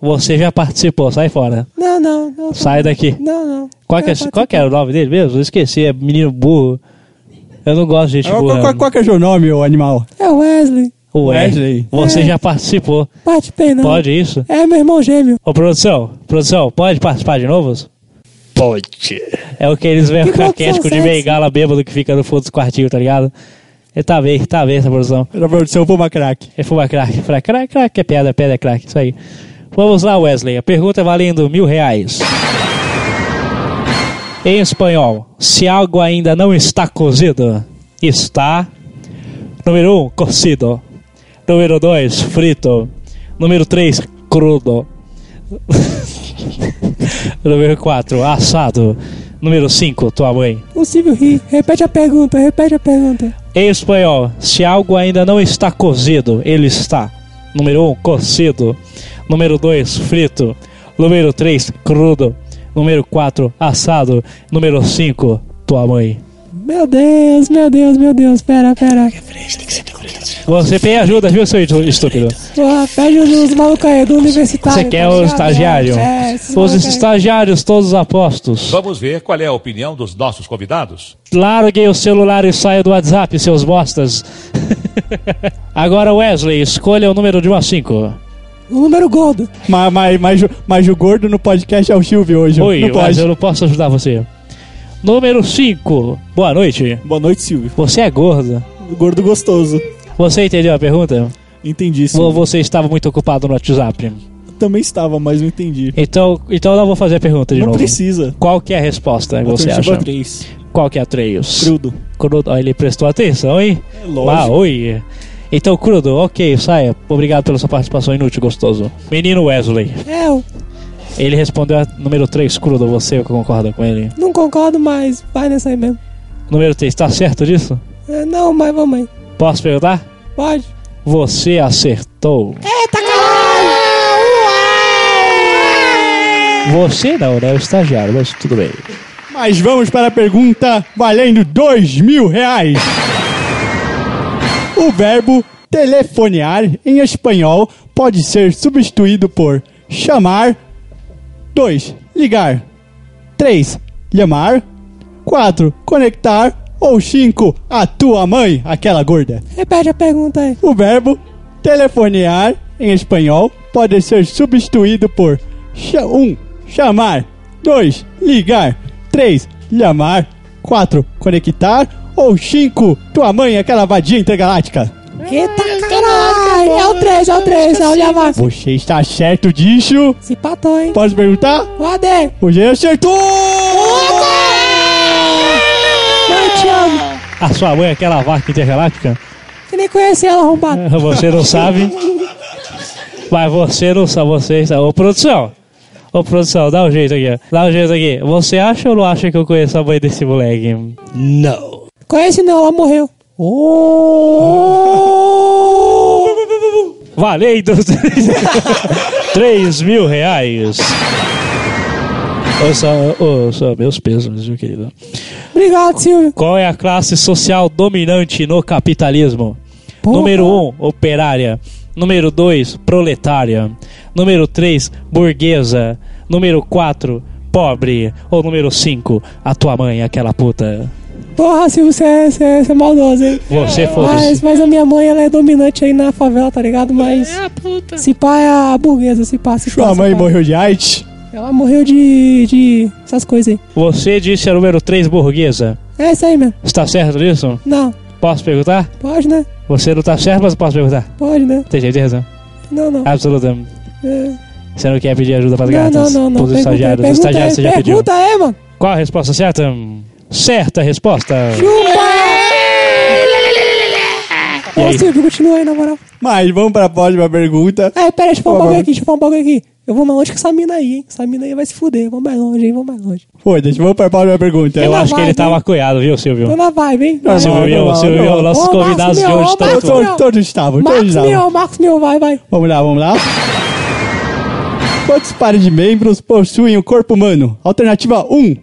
Speaker 6: Você já participou, sai fora.
Speaker 9: Não, não, não.
Speaker 6: Sai daqui.
Speaker 9: Não, não.
Speaker 6: Qual que, é, qual que era o nome dele mesmo? Eu esqueci, é menino burro. Eu não gosto de gente
Speaker 4: Qual,
Speaker 6: burra.
Speaker 4: qual- qual que é o seu nome, ô animal?
Speaker 9: É o Wesley.
Speaker 6: O
Speaker 4: Wesley.
Speaker 6: Wesley. Você
Speaker 9: É.
Speaker 6: já participou.
Speaker 9: Participei, não.
Speaker 6: Pode isso?
Speaker 9: É meu irmão gêmeo.
Speaker 6: Ô, produção, produção, pode participar de novo? Pode. É o que eles veem
Speaker 9: Que
Speaker 6: com
Speaker 9: produção é
Speaker 6: aquético de
Speaker 9: sexy.
Speaker 6: bengala bêbado que fica no fundo do quartinho, tá ligado? Ele tá bem, tá bem essa produção.
Speaker 4: Era produção Puma Crack.
Speaker 6: É fuma crack, fuma crack, crack, é pedra, pedra, é crack, isso aí. Vamos lá, Wesley. A pergunta valendo mil reais. Em espanhol, se algo ainda não está cozido, está. Número 1, um, cocido. Número 2, frito. Número 3, crudo. Número 4, assado. Número 5, tua mãe.
Speaker 9: O Silvio ri. Repete a pergunta, repete a pergunta.
Speaker 6: Em espanhol, se algo ainda não está cozido, ele está. Número 1, um, cocido. Número 2, frito. Número 3, crudo. Número 4, assado. Número 5, tua mãe.
Speaker 9: Meu Deus, meu Deus, meu Deus. Pera, pera.
Speaker 6: Você tem ajuda, viu, seu estúpido?
Speaker 9: Porra, pede os malucos aí do universitário.
Speaker 6: Você quer
Speaker 9: tá
Speaker 6: o
Speaker 9: ligado?
Speaker 6: estagiário?
Speaker 9: É, esses
Speaker 6: Os
Speaker 9: malucos aí.
Speaker 6: estagiários todos apostos.
Speaker 2: Vamos ver qual é a opinião dos nossos convidados.
Speaker 6: Larguem o celular e saia do WhatsApp, seus bostas. Agora, Wesley, escolha o número de 1 a 5.
Speaker 9: O número gordo.
Speaker 4: Mas, mas, mas, mas o gordo no podcast é o Silvio hoje.
Speaker 6: Oi,
Speaker 4: não
Speaker 6: mas
Speaker 4: pode.
Speaker 6: eu não posso ajudar você. Número 5. Boa noite.
Speaker 5: Boa noite, Silvio.
Speaker 6: Você é gordo.
Speaker 5: Gordo gostoso.
Speaker 6: Você entendeu a pergunta?
Speaker 5: Entendi,
Speaker 6: Ou
Speaker 5: Silvio.
Speaker 6: você estava muito ocupado no WhatsApp?
Speaker 5: Também estava, mas não entendi.
Speaker 6: Então, então eu não vou fazer a pergunta de
Speaker 5: não
Speaker 6: novo.
Speaker 5: precisa.
Speaker 6: Qual que é a resposta, você
Speaker 5: Alternativa
Speaker 6: acha?
Speaker 5: três.
Speaker 6: Qual que é a 3?
Speaker 5: Crudo.
Speaker 6: Crudo. Ó, ele prestou atenção, hein? É
Speaker 5: lógico.
Speaker 6: oi. Então, Crudo, ok, saia. Obrigado pela sua participação inútil, gostoso. Menino Wesley.
Speaker 9: Eu
Speaker 6: Ele respondeu a número 3, Crudo. Você concorda com ele?
Speaker 9: não concordo, mas vai nessa aí mesmo.
Speaker 6: Número 3, tá certo disso?
Speaker 9: É, não, mas vamos aí.
Speaker 6: Posso perguntar?
Speaker 9: Pode.
Speaker 6: Você acertou.
Speaker 9: Eita caralho!
Speaker 6: Você não, né? O estagiário, mas tudo bem.
Speaker 4: Mas vamos para a pergunta valendo dois mil reais. O verbo telefonear em espanhol pode ser substituído por chamar. 2. Ligar. 3. Llamar. 4. Conectar. Ou 5. A tua mãe, aquela gorda.
Speaker 9: Repete a pergunta aí.
Speaker 4: O verbo telefonear em espanhol pode ser substituído por 1. Um, chamar 2. Ligar 3. Llamar 4. Conectar ou 5. Tua mãe, é aquela vadia intergaláctica.
Speaker 9: Eita caralho! É o 3, é o 3, é o Yamar.
Speaker 4: Você está certo disso?
Speaker 9: Se empatou, hein?
Speaker 4: Pode perguntar?
Speaker 9: O AD!
Speaker 4: Você acertou!
Speaker 9: Eu te amo!
Speaker 6: A sua mãe é aquela vaca intergaláctica?
Speaker 9: Você nem conhece ela, arrombado.
Speaker 6: Você não sabe. Mas você não sabe, você sabe. Ô produção! Ô produção, dá um jeito aqui, ó. Dá um jeito aqui. Você acha ou não acha que eu conheço a mãe desse moleque? Não.
Speaker 9: Conhece não, ela morreu. Oh!
Speaker 6: Valendo 3 mil reais. Ô, Sam, ô, Sam, meus pesos, meu querido.
Speaker 9: Obrigado, Silvio.
Speaker 6: Qual é a classe social dominante no capitalismo?
Speaker 9: Porra.
Speaker 6: Número 1, um, operária. Número 2, proletária. Número 3, burguesa. Número 4, pobre. Ou número 5, a tua mãe, aquela puta.
Speaker 9: Porra, Silvio, você é, você é- você é maldoso, hein?
Speaker 6: Você
Speaker 9: Mas,
Speaker 6: foda-se.
Speaker 9: É, mas a minha mãe, ela é dominante aí na favela, tá ligado? Mas. É a puta. Se pá é a burguesa, se pá, se pá,
Speaker 4: Tua
Speaker 9: se
Speaker 4: mãe
Speaker 9: pá.
Speaker 4: morreu de AIDS?
Speaker 9: Ela morreu de. de. essas coisas aí.
Speaker 6: Você disse a número 3, burguesa.
Speaker 9: É isso aí mesmo.
Speaker 6: Está certo nisso?
Speaker 9: Não,
Speaker 6: Posso perguntar?
Speaker 9: pode, né?
Speaker 6: Você não tá certo, mas posso perguntar.
Speaker 9: Pode, né?
Speaker 6: Tem jeito de razão?
Speaker 9: Não,
Speaker 6: Ah,
Speaker 9: não.
Speaker 6: Absolutamente.
Speaker 9: É.
Speaker 6: Você não quer pedir ajuda para as
Speaker 9: Não, não,
Speaker 6: gatas?
Speaker 9: não, não.
Speaker 6: tá Todos os
Speaker 9: Pergunta aí,
Speaker 6: estagiários. Os
Speaker 9: pergunta
Speaker 6: estagiários
Speaker 9: aí,
Speaker 6: você já pediu.
Speaker 9: Pergunta é, mano.
Speaker 6: Qual a resposta certa? Certa resposta. E
Speaker 9: Ô,
Speaker 6: aí?
Speaker 9: Silvio, continua aí, na moral.
Speaker 4: Mas vamos para a próxima pergunta.
Speaker 9: É, pera, deixa eu falar um bagulho aqui, deixa eu falar um bagulho aqui. Eu vou mais longe que essa mina aí, hein? Essa mina aí vai se fuder. Vamos mais longe, hein? Vamos mais longe.
Speaker 4: Foda-se, vamos para a próxima pergunta.
Speaker 6: Eu
Speaker 9: Ela
Speaker 6: acho que
Speaker 9: vai,
Speaker 6: ele tá
Speaker 9: viu?
Speaker 6: maconhado, viu,
Speaker 9: Tô
Speaker 6: Silvio?
Speaker 9: na vibe, hein?
Speaker 4: Normal,
Speaker 6: Silvio Mion,
Speaker 4: normal,
Speaker 6: Silvio Mion,
Speaker 4: normal.
Speaker 6: nossos
Speaker 9: é Ô, Marcos
Speaker 6: convidados de
Speaker 9: Mion,
Speaker 6: hoje tá
Speaker 9: ô,
Speaker 6: estão
Speaker 9: Marcos
Speaker 6: tudo.
Speaker 9: Mion.
Speaker 4: Todos, todos estavam, todos
Speaker 9: Marcos
Speaker 4: estavam.
Speaker 9: meu, Marcos meu, vai, vai.
Speaker 4: Vamos lá, vamos lá. Quantos pares de membros possuem o corpo humano? Alternativa 1,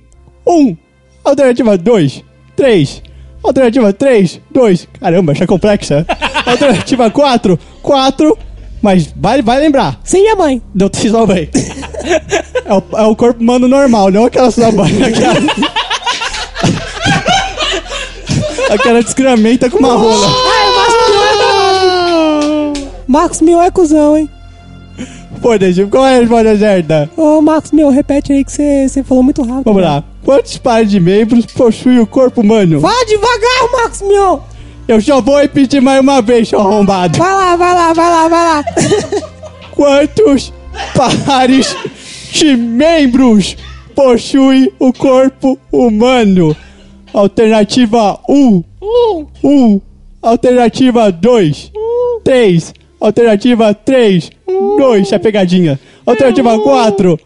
Speaker 4: 1. Alternativa 2, 3. Alternativa 3, 2. Caramba, essa é complexa. Alternativa 4, 4. Mas vai, vai lembrar.
Speaker 9: Sem minha mãe.
Speaker 4: Não tem sua mãe. É o, é o corpo humano normal, não aquela sua mãe. Aquela, aquela descramenta com uma rola.
Speaker 9: Marcos meu é cuzão, hein?
Speaker 4: Foda-se, qual é a resposta certa?
Speaker 9: Ô, Marcos meu, repete aí que você você falou muito rápido.
Speaker 4: Vamos lá. Quantos pares de membros possui o corpo humano?
Speaker 9: Vá devagar, Marcos meu.
Speaker 4: Eu só vou repetir mais uma vez, seu arrombado.
Speaker 9: Vai lá, vai lá, vai lá, vai lá.
Speaker 4: Quantos pares de membros possui o corpo humano? Alternativa 1. 1. Alternativa 2. 3. Alternativa 3. 2. É pegadinha. Alternativa 4.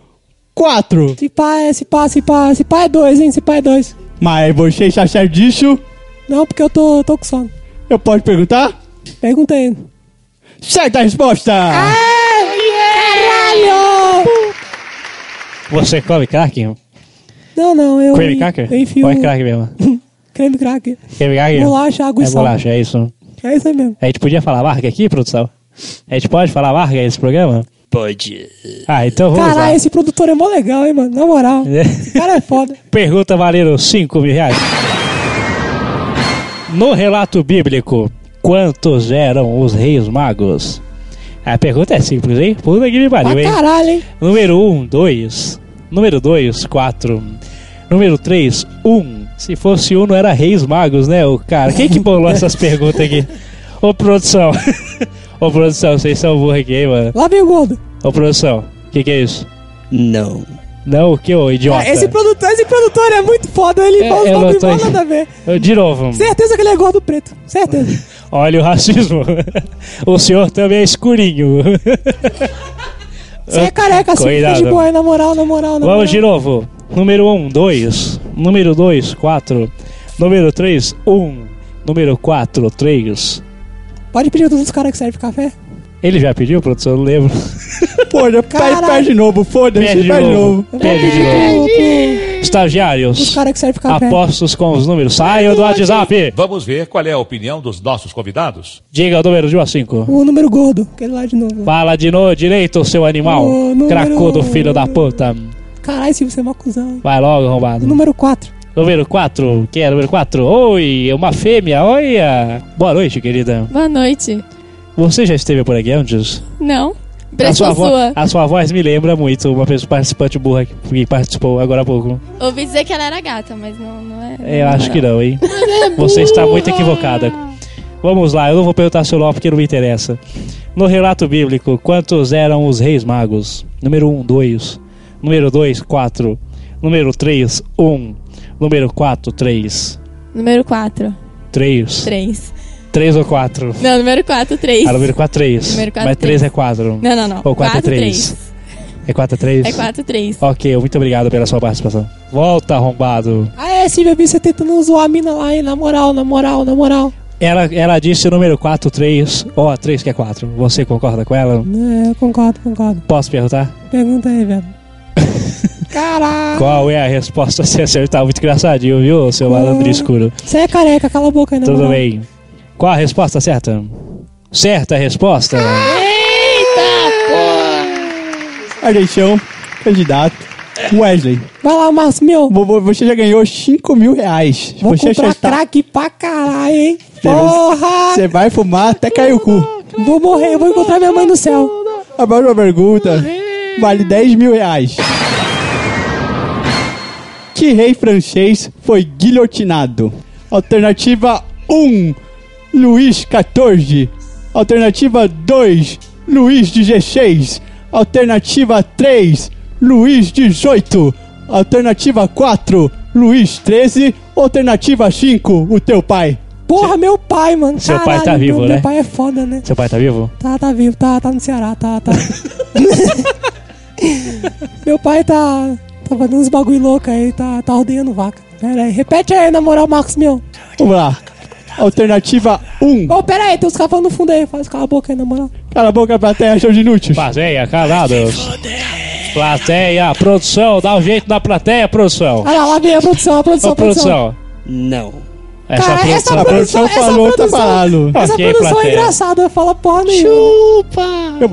Speaker 4: 4.
Speaker 9: Se pá, é, se pá, se pá, se pá é dois, hein? Se pá é dois.
Speaker 4: Mas você está certo disso?
Speaker 9: Não, porque eu tô, tô com sono.
Speaker 4: Eu posso perguntar?
Speaker 9: Pergunta aí.
Speaker 4: Certa a resposta!
Speaker 9: Caralho!
Speaker 6: Você come crack?
Speaker 9: Não, não, eu.
Speaker 6: Creme cracker?
Speaker 9: Eu enfio.
Speaker 6: Ou é crack mesmo?
Speaker 9: Creme cracker.
Speaker 6: Creme cracker?
Speaker 9: Bolacha, água
Speaker 6: É
Speaker 9: e sal.
Speaker 6: bolacha, é isso.
Speaker 9: É isso aí mesmo.
Speaker 6: A gente podia falar marca aqui, produção? A gente pode falar marca nesse programa? Pode. Ah, então vamos
Speaker 9: Caralho,
Speaker 6: lá.
Speaker 9: esse produtor é mó legal, hein, mano? Na moral. Esse cara é foda.
Speaker 6: Pergunta valendo 5 mil reais. No relato bíblico, quantos eram os reis magos? A pergunta é simples, hein? Puta que me pariu,
Speaker 9: Pra
Speaker 6: hein?
Speaker 9: caralho, hein?
Speaker 6: Número 1, 2. Número 2, 4. Número 3, 1. Se fosse um, não era reis magos, né, o cara? Quem que bolou essas perguntas aqui? Ô, produção. Ô, produção, vocês são burros aqui, hein, mano?
Speaker 9: Lá vem o gordo.
Speaker 6: Ô, produção, o que, que é isso?
Speaker 10: Não.
Speaker 6: Não, o que, ô, idiota?
Speaker 9: Ah, É, Esse produtor, esse produtor é muito foda, ele
Speaker 6: É,
Speaker 9: fala os
Speaker 6: eu
Speaker 9: nomes
Speaker 6: não tô
Speaker 9: mó
Speaker 6: en-
Speaker 9: nada a ver.
Speaker 6: Ô, De novo.
Speaker 9: Certeza que ele é gordo preto. Certeza.
Speaker 6: Olha o racismo. o senhor também é escurinho.
Speaker 9: Você é careca, assim, fica de
Speaker 6: Cuidado.
Speaker 9: boa, hein? Na moral, na moral, na moral.
Speaker 6: Vamos de novo. Número 1, 2. Número 2, 4. Número 3, 1. Número 4, 3.
Speaker 9: Pode pedir todos os caras que servem café?
Speaker 6: Ele já pediu, produção? Eu Não lembro.
Speaker 4: Pô, já perde,
Speaker 9: Caralho.
Speaker 4: perde de novo, foda-se,
Speaker 6: Pede de
Speaker 4: perde de
Speaker 6: novo.
Speaker 4: novo.
Speaker 6: Pede de novo. Estagiários.
Speaker 9: Os caras que servem café.
Speaker 6: Apostos com os números. Saiam do WhatsApp.
Speaker 2: Vamos ver qual é a opinião dos nossos convidados?
Speaker 6: Diga o número de 1 a 5.
Speaker 9: O número gordo, aquele lá de novo.
Speaker 6: Fala de novo direito, seu animal.
Speaker 9: O número-
Speaker 6: Cracudo, filho da puta.
Speaker 9: Caralho, Silvio, você é mó cuzão, hein?
Speaker 6: Vai logo, arrombado.
Speaker 9: Número 4.
Speaker 6: Número 4. Quem é número 4? Oi, é uma fêmea, olha. Boa noite, querida.
Speaker 11: Boa noite.
Speaker 6: Você já esteve por aqui antes?
Speaker 11: Não.
Speaker 6: A
Speaker 11: Brecha
Speaker 6: sua,
Speaker 11: sua.
Speaker 6: vo- a sua voz me lembra muito uma pessoa participante burra que- que participou agora há pouco.
Speaker 11: Ouvi dizer que ela era gata, mas não, não é.
Speaker 6: É, Eu acho que não, hein?
Speaker 9: é
Speaker 6: Você está muito equivocada. Vamos lá, eu não vou perguntar seu nome porque não me interessa. No relato bíblico, quantos eram os reis magos? Número 1, 2. Número 2, 4. Número 3, 1. Número 4, 3.
Speaker 11: Número 4.
Speaker 6: 3.
Speaker 11: 3.
Speaker 6: 3 ou 4?
Speaker 11: Não, número 4, 3.
Speaker 6: Ah, número 4, 3.
Speaker 11: Número quatro,
Speaker 6: Mas 3
Speaker 11: três.
Speaker 6: é 4.
Speaker 11: Não, não, não.
Speaker 6: Ou 4 é
Speaker 11: Quatro,
Speaker 6: 3. É 4 é 3?
Speaker 11: É 4, 3.
Speaker 6: Ok, muito obrigado pela sua participação. Volta, arrombado.
Speaker 9: Ah, é, Silvio, eu vi você tentando zoar a mina lá, hein? Na moral, na moral, na moral.
Speaker 6: Ela, ela disse o número 4, 3, ó, 3 que é 4. Você concorda com ela?
Speaker 9: É, eu concordo, concordo.
Speaker 6: Posso perguntar?
Speaker 9: Pergunta aí, velho. Caralho.
Speaker 6: Qual é a resposta se acertar? Muito engraçadinho, viu, seu malandro escuro?
Speaker 9: Você é careca, cala a boca aí, na
Speaker 6: Tudo
Speaker 9: moral.
Speaker 6: bem. Qual a resposta certa? Certa a resposta?
Speaker 4: Argentão, é um candidato. Wesley.
Speaker 9: Vai lá, Márcio, meu.
Speaker 4: Vo- vo- Você já ganhou 5 mil reais.
Speaker 9: Vou
Speaker 4: você
Speaker 9: comprar
Speaker 4: acertar-
Speaker 9: crack pra caralho, hein?
Speaker 4: Você-
Speaker 9: Porra!
Speaker 4: Você vai fumar até cair o cu.
Speaker 9: Vou morrer, eu vou encontrar minha mãe no céu.
Speaker 4: A próxima pergunta vale 10 mil reais. Que rei francês foi guilhotinado? Alternativa 1, Luís XIV. Alternativa 2, Luís XVI. Alternativa 3, Luís XVIII. Alternativa 4, Luís XIII. Alternativa 5, o teu pai.
Speaker 9: Porra, meu pai, mano.
Speaker 6: Seu pai
Speaker 9: Caralho,
Speaker 6: tá vivo,
Speaker 9: meu,
Speaker 6: né?
Speaker 9: Meu pai é foda, né?
Speaker 6: Seu pai tá vivo?
Speaker 9: Tá, tá vivo, tá, tá no Ceará, tá, tá. meu pai tá, tá fazendo uns bagulho louco aí, tá, tá ordenhando vaca. Pera aí, repete aí, na moral, Marcos, meu.
Speaker 4: Vamos lá. Alternativa 1.
Speaker 9: Ô, pera aí, tem uns caras falando no fundo aí, faz cala a boca aí, na moral.
Speaker 4: Cala a boca, plateia, show de inúteis.
Speaker 6: Plateia, calados. Plateia, produção, dá um jeito na plateia, produção.
Speaker 9: Olha lá, lá vem a produção, a produção,
Speaker 6: Ô,
Speaker 9: a Ah, produção.
Speaker 6: produção. Não. Essa
Speaker 9: Cara,
Speaker 6: produção.
Speaker 9: essa produção, essa
Speaker 4: falou, tá
Speaker 9: produção,
Speaker 4: falado.
Speaker 9: Essa
Speaker 6: Ok,
Speaker 9: produção
Speaker 6: plateia.
Speaker 9: é engraçada, fala porra nenhuma.
Speaker 4: Eu,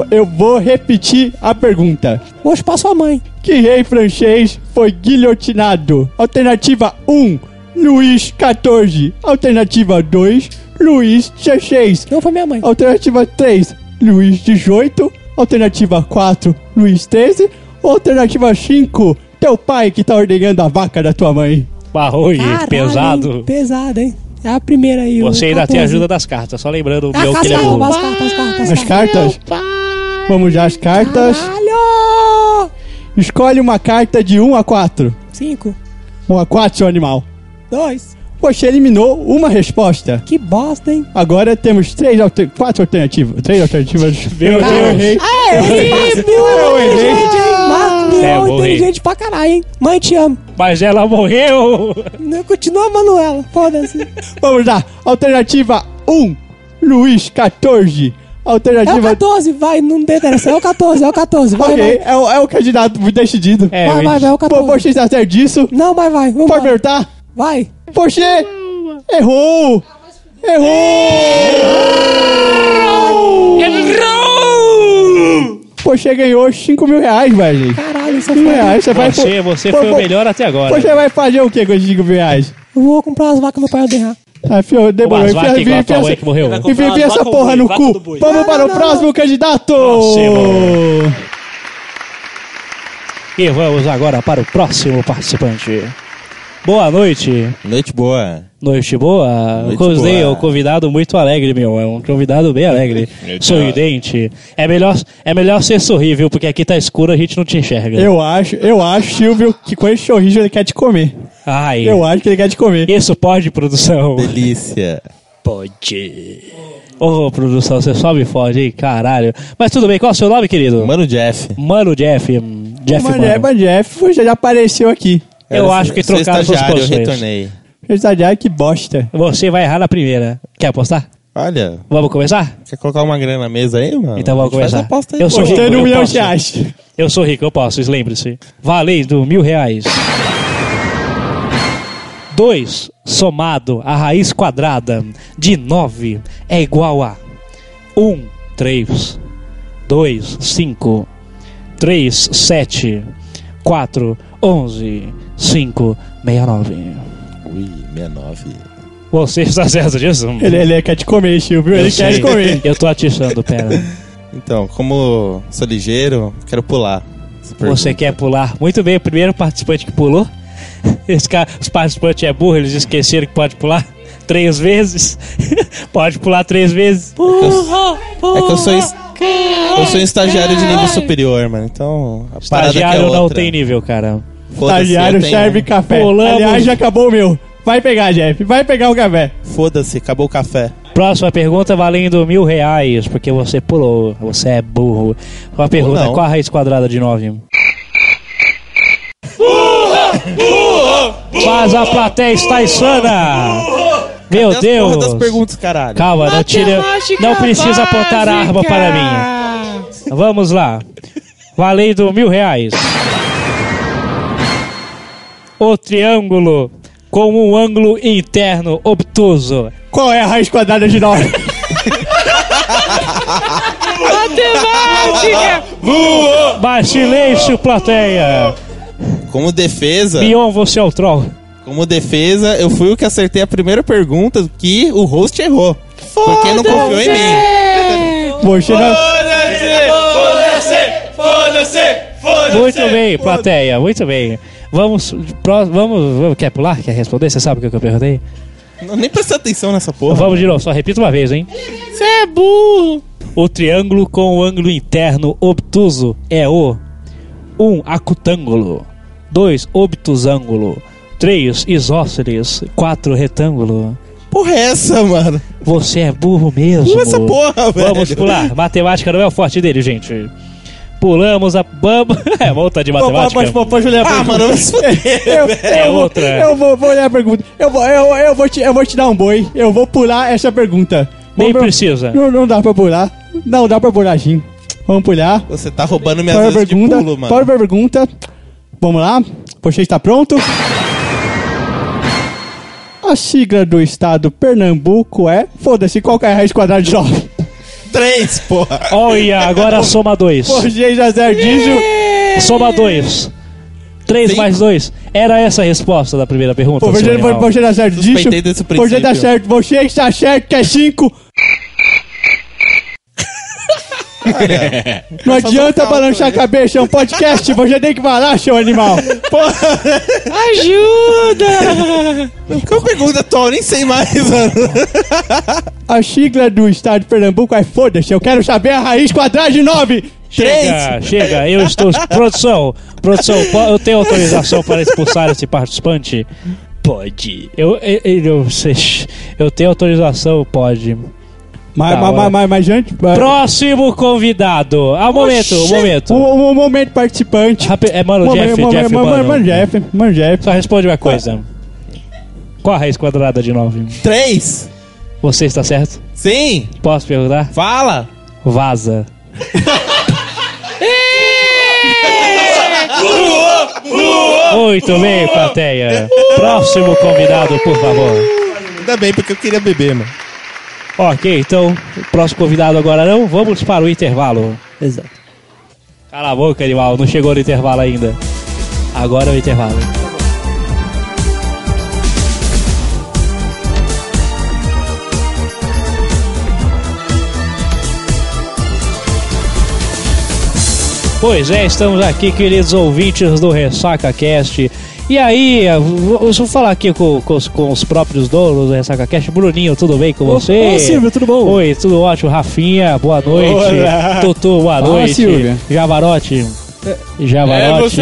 Speaker 9: Ah.
Speaker 4: eu vou repetir a pergunta.
Speaker 9: Vou chupar sua mãe.
Speaker 4: Que rei francês foi guilhotinado? Alternativa 1, Luís XIV. Alternativa 2, Luís XVI.
Speaker 9: Não foi minha mãe.
Speaker 4: Alternativa 3, Luís XVIII. Alternativa 4, Luís XIII. Alternativa 5, teu pai que tá ordenhando a vaca da tua mãe.
Speaker 6: Barulho,
Speaker 9: Caralho,
Speaker 6: pesado.
Speaker 9: hein? Pesado, hein? É a primeira aí.
Speaker 6: Você ainda tem
Speaker 9: 14.
Speaker 6: ajuda das cartas, só lembrando o
Speaker 9: Ah,
Speaker 6: meu
Speaker 9: as
Speaker 6: que ele é
Speaker 9: cartas,
Speaker 6: burro.
Speaker 9: as cartas, as cartas.
Speaker 4: As cartas? Vamos já, as cartas.
Speaker 9: Ah. Caralho!
Speaker 4: Escolhe uma carta de 1 a 4.
Speaker 9: Cinco,
Speaker 4: 1 a 4, seu animal.
Speaker 9: dois.
Speaker 4: Você eliminou uma resposta.
Speaker 9: Que bosta, hein?
Speaker 4: Agora temos três alter... quatro alternativas. Três alternativas.
Speaker 6: Meu
Speaker 4: Eu
Speaker 6: Deus.
Speaker 4: errei.
Speaker 9: É,
Speaker 4: Eu errei.
Speaker 9: inteligente, é,
Speaker 7: ah.
Speaker 9: hein? Marco Mion,
Speaker 6: É, morri.
Speaker 9: inteligente pra caralho, hein? Mãe, te amo.
Speaker 6: Mas ela morreu!
Speaker 9: Não, Continua, Manuela. Foda-se. É
Speaker 4: Vamos lá. Alternativa 1, Luiz 14.
Speaker 9: É o
Speaker 4: Alternativa
Speaker 9: 14, vai, não tem interesse. É o 14, é o 14, vai,
Speaker 4: Ok,
Speaker 9: vai.
Speaker 4: é o, é o candidato decidido.
Speaker 6: É,
Speaker 9: Vai, vai, vai, é o
Speaker 4: Pô,
Speaker 9: 14.
Speaker 4: Você está certo disso?
Speaker 9: Não, mas vai, vamos
Speaker 4: Pode perguntar?
Speaker 9: Vai.
Speaker 4: Você errou! Errou! Errou! Você ganhou 5 mil reais, velho.
Speaker 9: Caralho, isso é
Speaker 4: 5 mil
Speaker 9: foda.
Speaker 4: reais, você vai...
Speaker 6: Você, você
Speaker 4: Pô,
Speaker 6: foi o
Speaker 4: pô,
Speaker 6: melhor até agora.
Speaker 4: Você vai fazer o que com esses 5 mil reais?
Speaker 9: Eu vou comprar as vacas no pai ordenhar.
Speaker 4: Ah, fio, demorou.
Speaker 6: Umas vacas
Speaker 4: Enfia,
Speaker 6: igual
Speaker 4: enfia,
Speaker 6: a tua mãe
Speaker 4: enfia,
Speaker 6: que
Speaker 9: né?
Speaker 6: morreu.
Speaker 4: enfia, enfia essa porra no cu. Vamos para
Speaker 6: Ah,
Speaker 4: o próximo candidato!
Speaker 6: Próximo. E vamos agora para o próximo participante. Boa noite.
Speaker 3: Noite boa.
Speaker 6: Noite boa.
Speaker 3: Noite
Speaker 6: Cosney é
Speaker 3: boa.
Speaker 6: um convidado muito alegre, meu. É um convidado bem alegre.
Speaker 3: Noite
Speaker 6: Sorridente. É melhor, é melhor ser sorrível, porque aqui tá escuro a gente não te enxerga.
Speaker 4: Eu acho, eu acho, Silvio, que com esse sorriso ele quer te comer.
Speaker 6: Ai.
Speaker 4: Eu acho que ele quer te comer.
Speaker 6: Isso pode, produção?
Speaker 3: Delícia.
Speaker 6: Pode. Ô, produção, você sobe fode, hein? Caralho. Mas tudo bem, qual é o seu nome, querido?
Speaker 3: Mano Jeff.
Speaker 6: Mano Jeff. hum, Jeff
Speaker 4: Mas
Speaker 6: Mano.
Speaker 4: é, mas Jeff, você já apareceu aqui.
Speaker 6: Eu
Speaker 3: Era
Speaker 6: acho que
Speaker 3: seu
Speaker 6: trocaram suas
Speaker 3: é estagiário, eu
Speaker 6: posições.
Speaker 3: retornei.
Speaker 4: Estagiário, que bosta.
Speaker 6: Você vai errar na primeira. Quer apostar?
Speaker 3: Olha,
Speaker 6: Vamos começar?
Speaker 3: quer colocar uma grana na mesa aí, mano?
Speaker 6: Então vamos
Speaker 3: A gente faz
Speaker 6: começar.
Speaker 3: aposta aí,
Speaker 6: Eu
Speaker 3: pô.
Speaker 6: sou rico,
Speaker 4: Tem um
Speaker 6: eu
Speaker 4: milhão
Speaker 6: posso.
Speaker 4: de reais.
Speaker 6: Eu sou rico, eu posso, lembre-se. Valendo mil reais. 2 somado à raiz quadrada de 9 é igual a 1, 3, 2, 5, 3, 7, 4, 11, 5, 69.
Speaker 3: Ui, 69.
Speaker 6: Você está certo disso?
Speaker 4: Ele, ele quer te comer, Chico, viu?
Speaker 6: Eu
Speaker 4: Ele quer
Speaker 6: sei.
Speaker 4: te comer.
Speaker 6: Eu tô atiçando, pera.
Speaker 3: Então, como sou ligeiro, quero pular. essa
Speaker 6: Você
Speaker 3: pergunta.
Speaker 6: quer pular? Muito bem, o primeiro participante que pulou. Esse cara, os participantes é burro, eles esqueceram que pode pular três vezes. pode pular três
Speaker 3: É
Speaker 6: vezes.
Speaker 3: que eu sou, es- eu sou um estagiário de nível superior, mano. Então, a parada que é
Speaker 6: Estagiário não
Speaker 3: outra.
Speaker 6: tem nível, cara.
Speaker 3: Foda-se,
Speaker 4: Estagiário
Speaker 3: eu tenho-
Speaker 6: um
Speaker 4: serve café.
Speaker 6: Pulamos.
Speaker 4: Aliás, já acabou o meu. Vai pegar, Jeff. Vai pegar o café.
Speaker 3: um- Foda-se, acabou o café.
Speaker 6: Próxima pergunta valendo mil reais, porque você pulou. Você é burro. Uma pergunta:
Speaker 3: não.
Speaker 6: qual a raiz quadrada de 9? Mas a plateia está insana! Meu
Speaker 3: Cadê as porra
Speaker 6: Deus!
Speaker 3: das perguntas, caralho?
Speaker 6: Calma, não tira. Não precisa apontar a arma para mim. Vamos lá. Valendo mil reais. O triângulo com um ângulo interno obtuso.
Speaker 4: Qual é a raiz quadrada de 9?
Speaker 6: Matemática! Basileixo, plateia!
Speaker 3: Como defesa.
Speaker 6: Mion, você é o troll.
Speaker 3: Como defesa, eu fui o que acertei a primeira pergunta que o host errou. Porque não confiou em mim.
Speaker 4: Poxa,
Speaker 8: Foda-se! Foda-se! Foda-se!
Speaker 6: Muito bem, plateia, muito bem. Vamos, pró- vamos, vamos- Quer pular? Quer responder? Você sabe o que eu perguntei?
Speaker 3: Não, nem prestei atenção nessa porra.
Speaker 6: Vamos de novo, só repito uma vez, hein?
Speaker 8: Você é burro!
Speaker 6: O triângulo com o ângulo interno obtuso é o 1. Um, acutângulo 2. Obtusângulo 3. Isósceles 4. Retângulo
Speaker 3: Porra, é essa, mano?
Speaker 6: Você é burro mesmo.
Speaker 3: Pula essa porra, velho.
Speaker 6: Vamos pular. Matemática não é o forte dele, gente. Pulamos a... Vamos... É, volta de matemática.
Speaker 4: Pode, pode, pode olhar a
Speaker 3: Ah,
Speaker 4: pergunta.
Speaker 3: mano, mas
Speaker 4: eu,
Speaker 6: É
Speaker 4: eu vou-
Speaker 6: outra.
Speaker 4: Eu vou, vou olhar a pergunta. Eu vou, eu, eu, vou te, eu vou te dar um boi. Eu vou pular essa pergunta.
Speaker 6: Nem
Speaker 4: Vamos-
Speaker 6: precisa.
Speaker 4: Não, não dá pra pular. Não dá pra pular, Jim. Vamos pular.
Speaker 3: Você tá roubando minhas
Speaker 4: Para a
Speaker 3: vezes de
Speaker 4: pergunta.
Speaker 3: pulo, mano.
Speaker 4: Para a pergunta. Vamos lá. Você está pronto? A sigla do estado Pernambuco é. Foda-se, qual que é a raiz quadrada de 9?
Speaker 3: Três, porra.
Speaker 6: Olha, agora soma 2.
Speaker 4: Por G já é zero dígito.
Speaker 6: Soma 2. 3 mais 2. Era essa a resposta da primeira pergunta?
Speaker 4: Pô, é
Speaker 6: seu
Speaker 4: Você
Speaker 6: animal?
Speaker 4: você dá certo disso?
Speaker 3: Suspeitei desse
Speaker 4: Você dá
Speaker 3: princípio.
Speaker 4: certo, é você está certo que é 5. Não adianta balançar a cabeça, é um podcast, você tem que falar, seu animal.
Speaker 8: Ajuda!
Speaker 3: Qual pergunta atual? Nem sei mais, mano.
Speaker 4: A sigla do estado de Pernambuco é foda-se, eu quero saber a raiz quadrada de 9.
Speaker 6: Chega, chega, eu estou. produção, produção, po- eu tenho autorização para expulsar esse participante? Pode. Eu, eu, eu, eu tenho autorização, pode.
Speaker 4: Mas,
Speaker 6: Da
Speaker 4: mas,
Speaker 6: hora.
Speaker 4: mas, mas, mas, gente... mas-
Speaker 6: Próximo convidado. Ah, um momento, um momento.
Speaker 4: Um, um momento participante.
Speaker 6: Rapi- é, mano,
Speaker 4: Momento,
Speaker 6: Jeff,
Speaker 4: momento,
Speaker 6: Jeff, é né?
Speaker 4: momento,
Speaker 6: mano.
Speaker 4: mano, Jeff, mano, Jeff.
Speaker 6: Só responde uma coisa. Qual a raiz quadrada de 9?
Speaker 3: Três?
Speaker 6: Você está certo?
Speaker 3: Sim.
Speaker 6: Posso perguntar?
Speaker 3: Fala.
Speaker 6: Vaza. Muito bem, plateia. Próximo convidado, por favor.
Speaker 3: Ainda bem, porque eu queria beber, mano.
Speaker 6: Ok, então, próximo convidado agora não. Vamos para o intervalo.
Speaker 7: Exato.
Speaker 6: Cala a boca, animal. Não chegou no intervalo ainda. Agora é o intervalo. Pois é, estamos aqui, queridos ouvintes do Ressaca Cast. E aí, eu vou eu vou falar aqui com, com os, com os próprios donos do Ressaca Cast. Bruninho, tudo bem com você?
Speaker 7: ô, Silvio, tudo bom?
Speaker 6: Oi, tudo ótimo. Rafinha, boa noite.
Speaker 7: Olá.
Speaker 6: Tutu, boa
Speaker 7: Fala,
Speaker 6: noite.
Speaker 7: Silvia.
Speaker 6: Javarote.
Speaker 3: é,
Speaker 6: Javarote.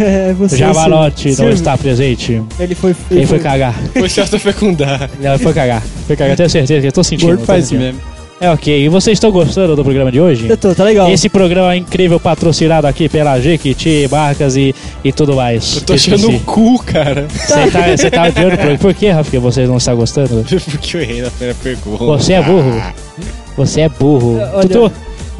Speaker 7: É você
Speaker 6: Javarote
Speaker 7: Silvio.
Speaker 6: não está presente.
Speaker 7: Ele foi. Ele,
Speaker 6: Ele foi cagar.
Speaker 12: Foi certo fecundar.
Speaker 6: Não, ele foi cagar. Foi cagar, tenho certeza que eu tô sentindo.
Speaker 12: Gordo
Speaker 6: eu tô
Speaker 12: faz
Speaker 6: sentindo.
Speaker 12: mesmo.
Speaker 6: É ok. E vocês estão gostando do programa de hoje?
Speaker 7: Eu tô, tá legal.
Speaker 6: Esse programa é incrível patrocinado aqui pela Jequiti, Barcas e, e tudo mais.
Speaker 12: Eu tô achando
Speaker 3: um
Speaker 12: o cu, cara.
Speaker 6: Você tá, você tá odiando o programa. Por que, Rafinha, vocês não estão gostando?
Speaker 12: Porque eu errei na primeira pergunta.
Speaker 6: Você é burro. Você é burro.
Speaker 7: Olha-
Speaker 6: Tutu,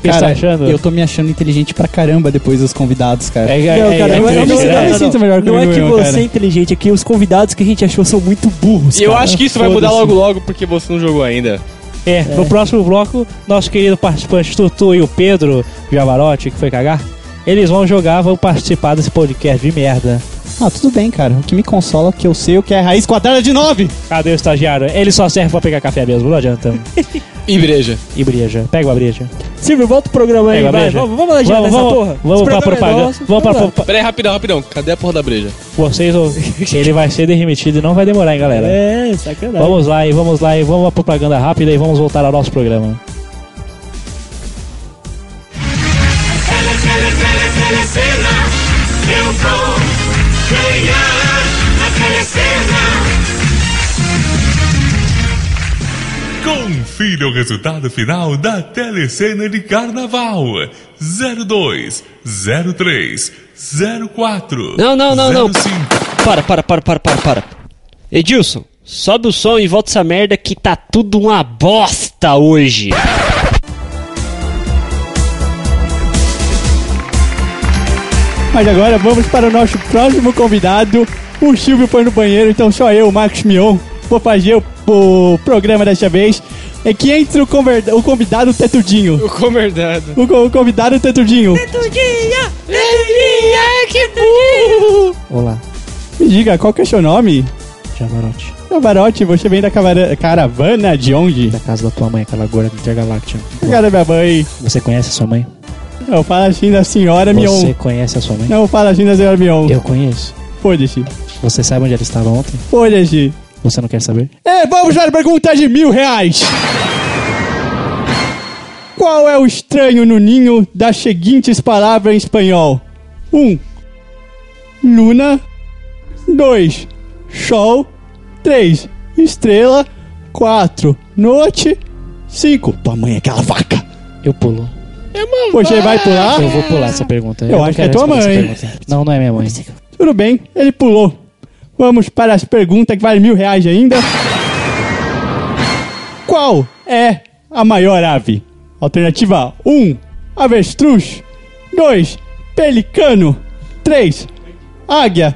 Speaker 6: que você tá achando?
Speaker 13: Eu tô me achando inteligente pra caramba depois dos convidados, cara.
Speaker 7: Não, cara, não é- não é- não, não. Não é que você é
Speaker 13: inteligente.
Speaker 7: inteligente, é que os convidados que a gente achou são muito burros.
Speaker 14: Eu
Speaker 7: cara.
Speaker 14: acho que isso vai mudar
Speaker 7: é Foda-se.
Speaker 14: logo logo porque você não jogou ainda.
Speaker 6: É, no próximo bloco, nosso querido participante Tutu e o Pedro Javarote, que foi cagar, eles vão jogar, vão participar desse podcast de merda.
Speaker 13: Ah, tudo bem, cara. O que me consola é que eu sei o que é raiz quadrada de 9.
Speaker 6: Cadê o estagiário? Ele só serve pra pegar café mesmo, não adianta.
Speaker 14: E breja.
Speaker 6: E breja. Pega uma breja.
Speaker 7: Silvio, volta o programa aí,
Speaker 6: Pega a
Speaker 7: vai.
Speaker 6: breja.
Speaker 7: Vamos, vamos lá já
Speaker 6: Vamos-
Speaker 7: nessa
Speaker 6: vamos-
Speaker 7: porra.
Speaker 6: vamos
Speaker 7: Esse programa
Speaker 6: pra
Speaker 7: é
Speaker 6: propaganda.
Speaker 7: nosso,
Speaker 6: Vamos pra
Speaker 7: lá.
Speaker 6: propa-
Speaker 14: Peraí, rapidão, rapidão. Cadê a porra da breja?
Speaker 6: Vocês, ou- ele vai ser demitido e não vai demorar, hein, galera.
Speaker 7: É, sacanagem.
Speaker 6: Vamos lá, e vamos lá, e vamos à propaganda rápida e vamos voltar ao nosso programa.
Speaker 8: Telecena, eu vou ganhar na Telecena.
Speaker 15: Confira o resultado final da telecena de carnaval: 02, 03, 04.
Speaker 16: Não, não, não, não.
Speaker 15: 05.
Speaker 16: Para, para, para, para, para, para. Edilson, sobe é o som e volta essa merda que tá tudo uma bosta hoje.
Speaker 4: Mas agora vamos para o nosso próximo convidado. O Silvio foi no banheiro, então só eu, Marcos Mion, vou fazer o, o programa desta vez. É que entra o, conver- o convidado tetudinho.
Speaker 14: O convidado.
Speaker 4: O, co- o convidado tetudinho.
Speaker 8: Tudinha, Tudinha, que burro.
Speaker 13: Olá.
Speaker 4: Uh! Me diga, qual que é o seu nome?
Speaker 13: Javarote.
Speaker 4: Javarote, você vem da cavara- caravana de onde?
Speaker 13: Da casa da tua mãe, aquela gorda intergaláctica.
Speaker 4: Cara, minha mãe.
Speaker 6: Você conhece a sua mãe?
Speaker 4: Não, fala assim da senhora Mion.
Speaker 6: Você conhece a sua mãe?
Speaker 4: Não, fala assim da senhora Mion.
Speaker 6: Eu conheço.
Speaker 4: Foda-se.
Speaker 6: Você sabe onde ela estava ontem?
Speaker 4: Foda-se.
Speaker 6: Você não quer saber?
Speaker 4: É, vamos para a pergunta de mil reais. Qual é o estranho no ninho das seguintes palavras em espanhol? 1. Um, luna. 2. Sol. 3. Estrela. 4. Noite. 5. Tua mãe é aquela vaca.
Speaker 6: Eu pulo.
Speaker 4: Você vai pular?
Speaker 6: É Eu vou pular essa pergunta.
Speaker 4: Eu
Speaker 6: não
Speaker 4: acho que
Speaker 6: quero
Speaker 4: é tua
Speaker 6: responder
Speaker 4: mãe.
Speaker 6: essa pergunta. Não, não é minha mãe.
Speaker 4: Tudo bem, ele pulou. Vamos para as perguntas que vale mil reais ainda. Qual é a maior ave? Alternativa 1, avestruz. 2, pelicano. 3, águia.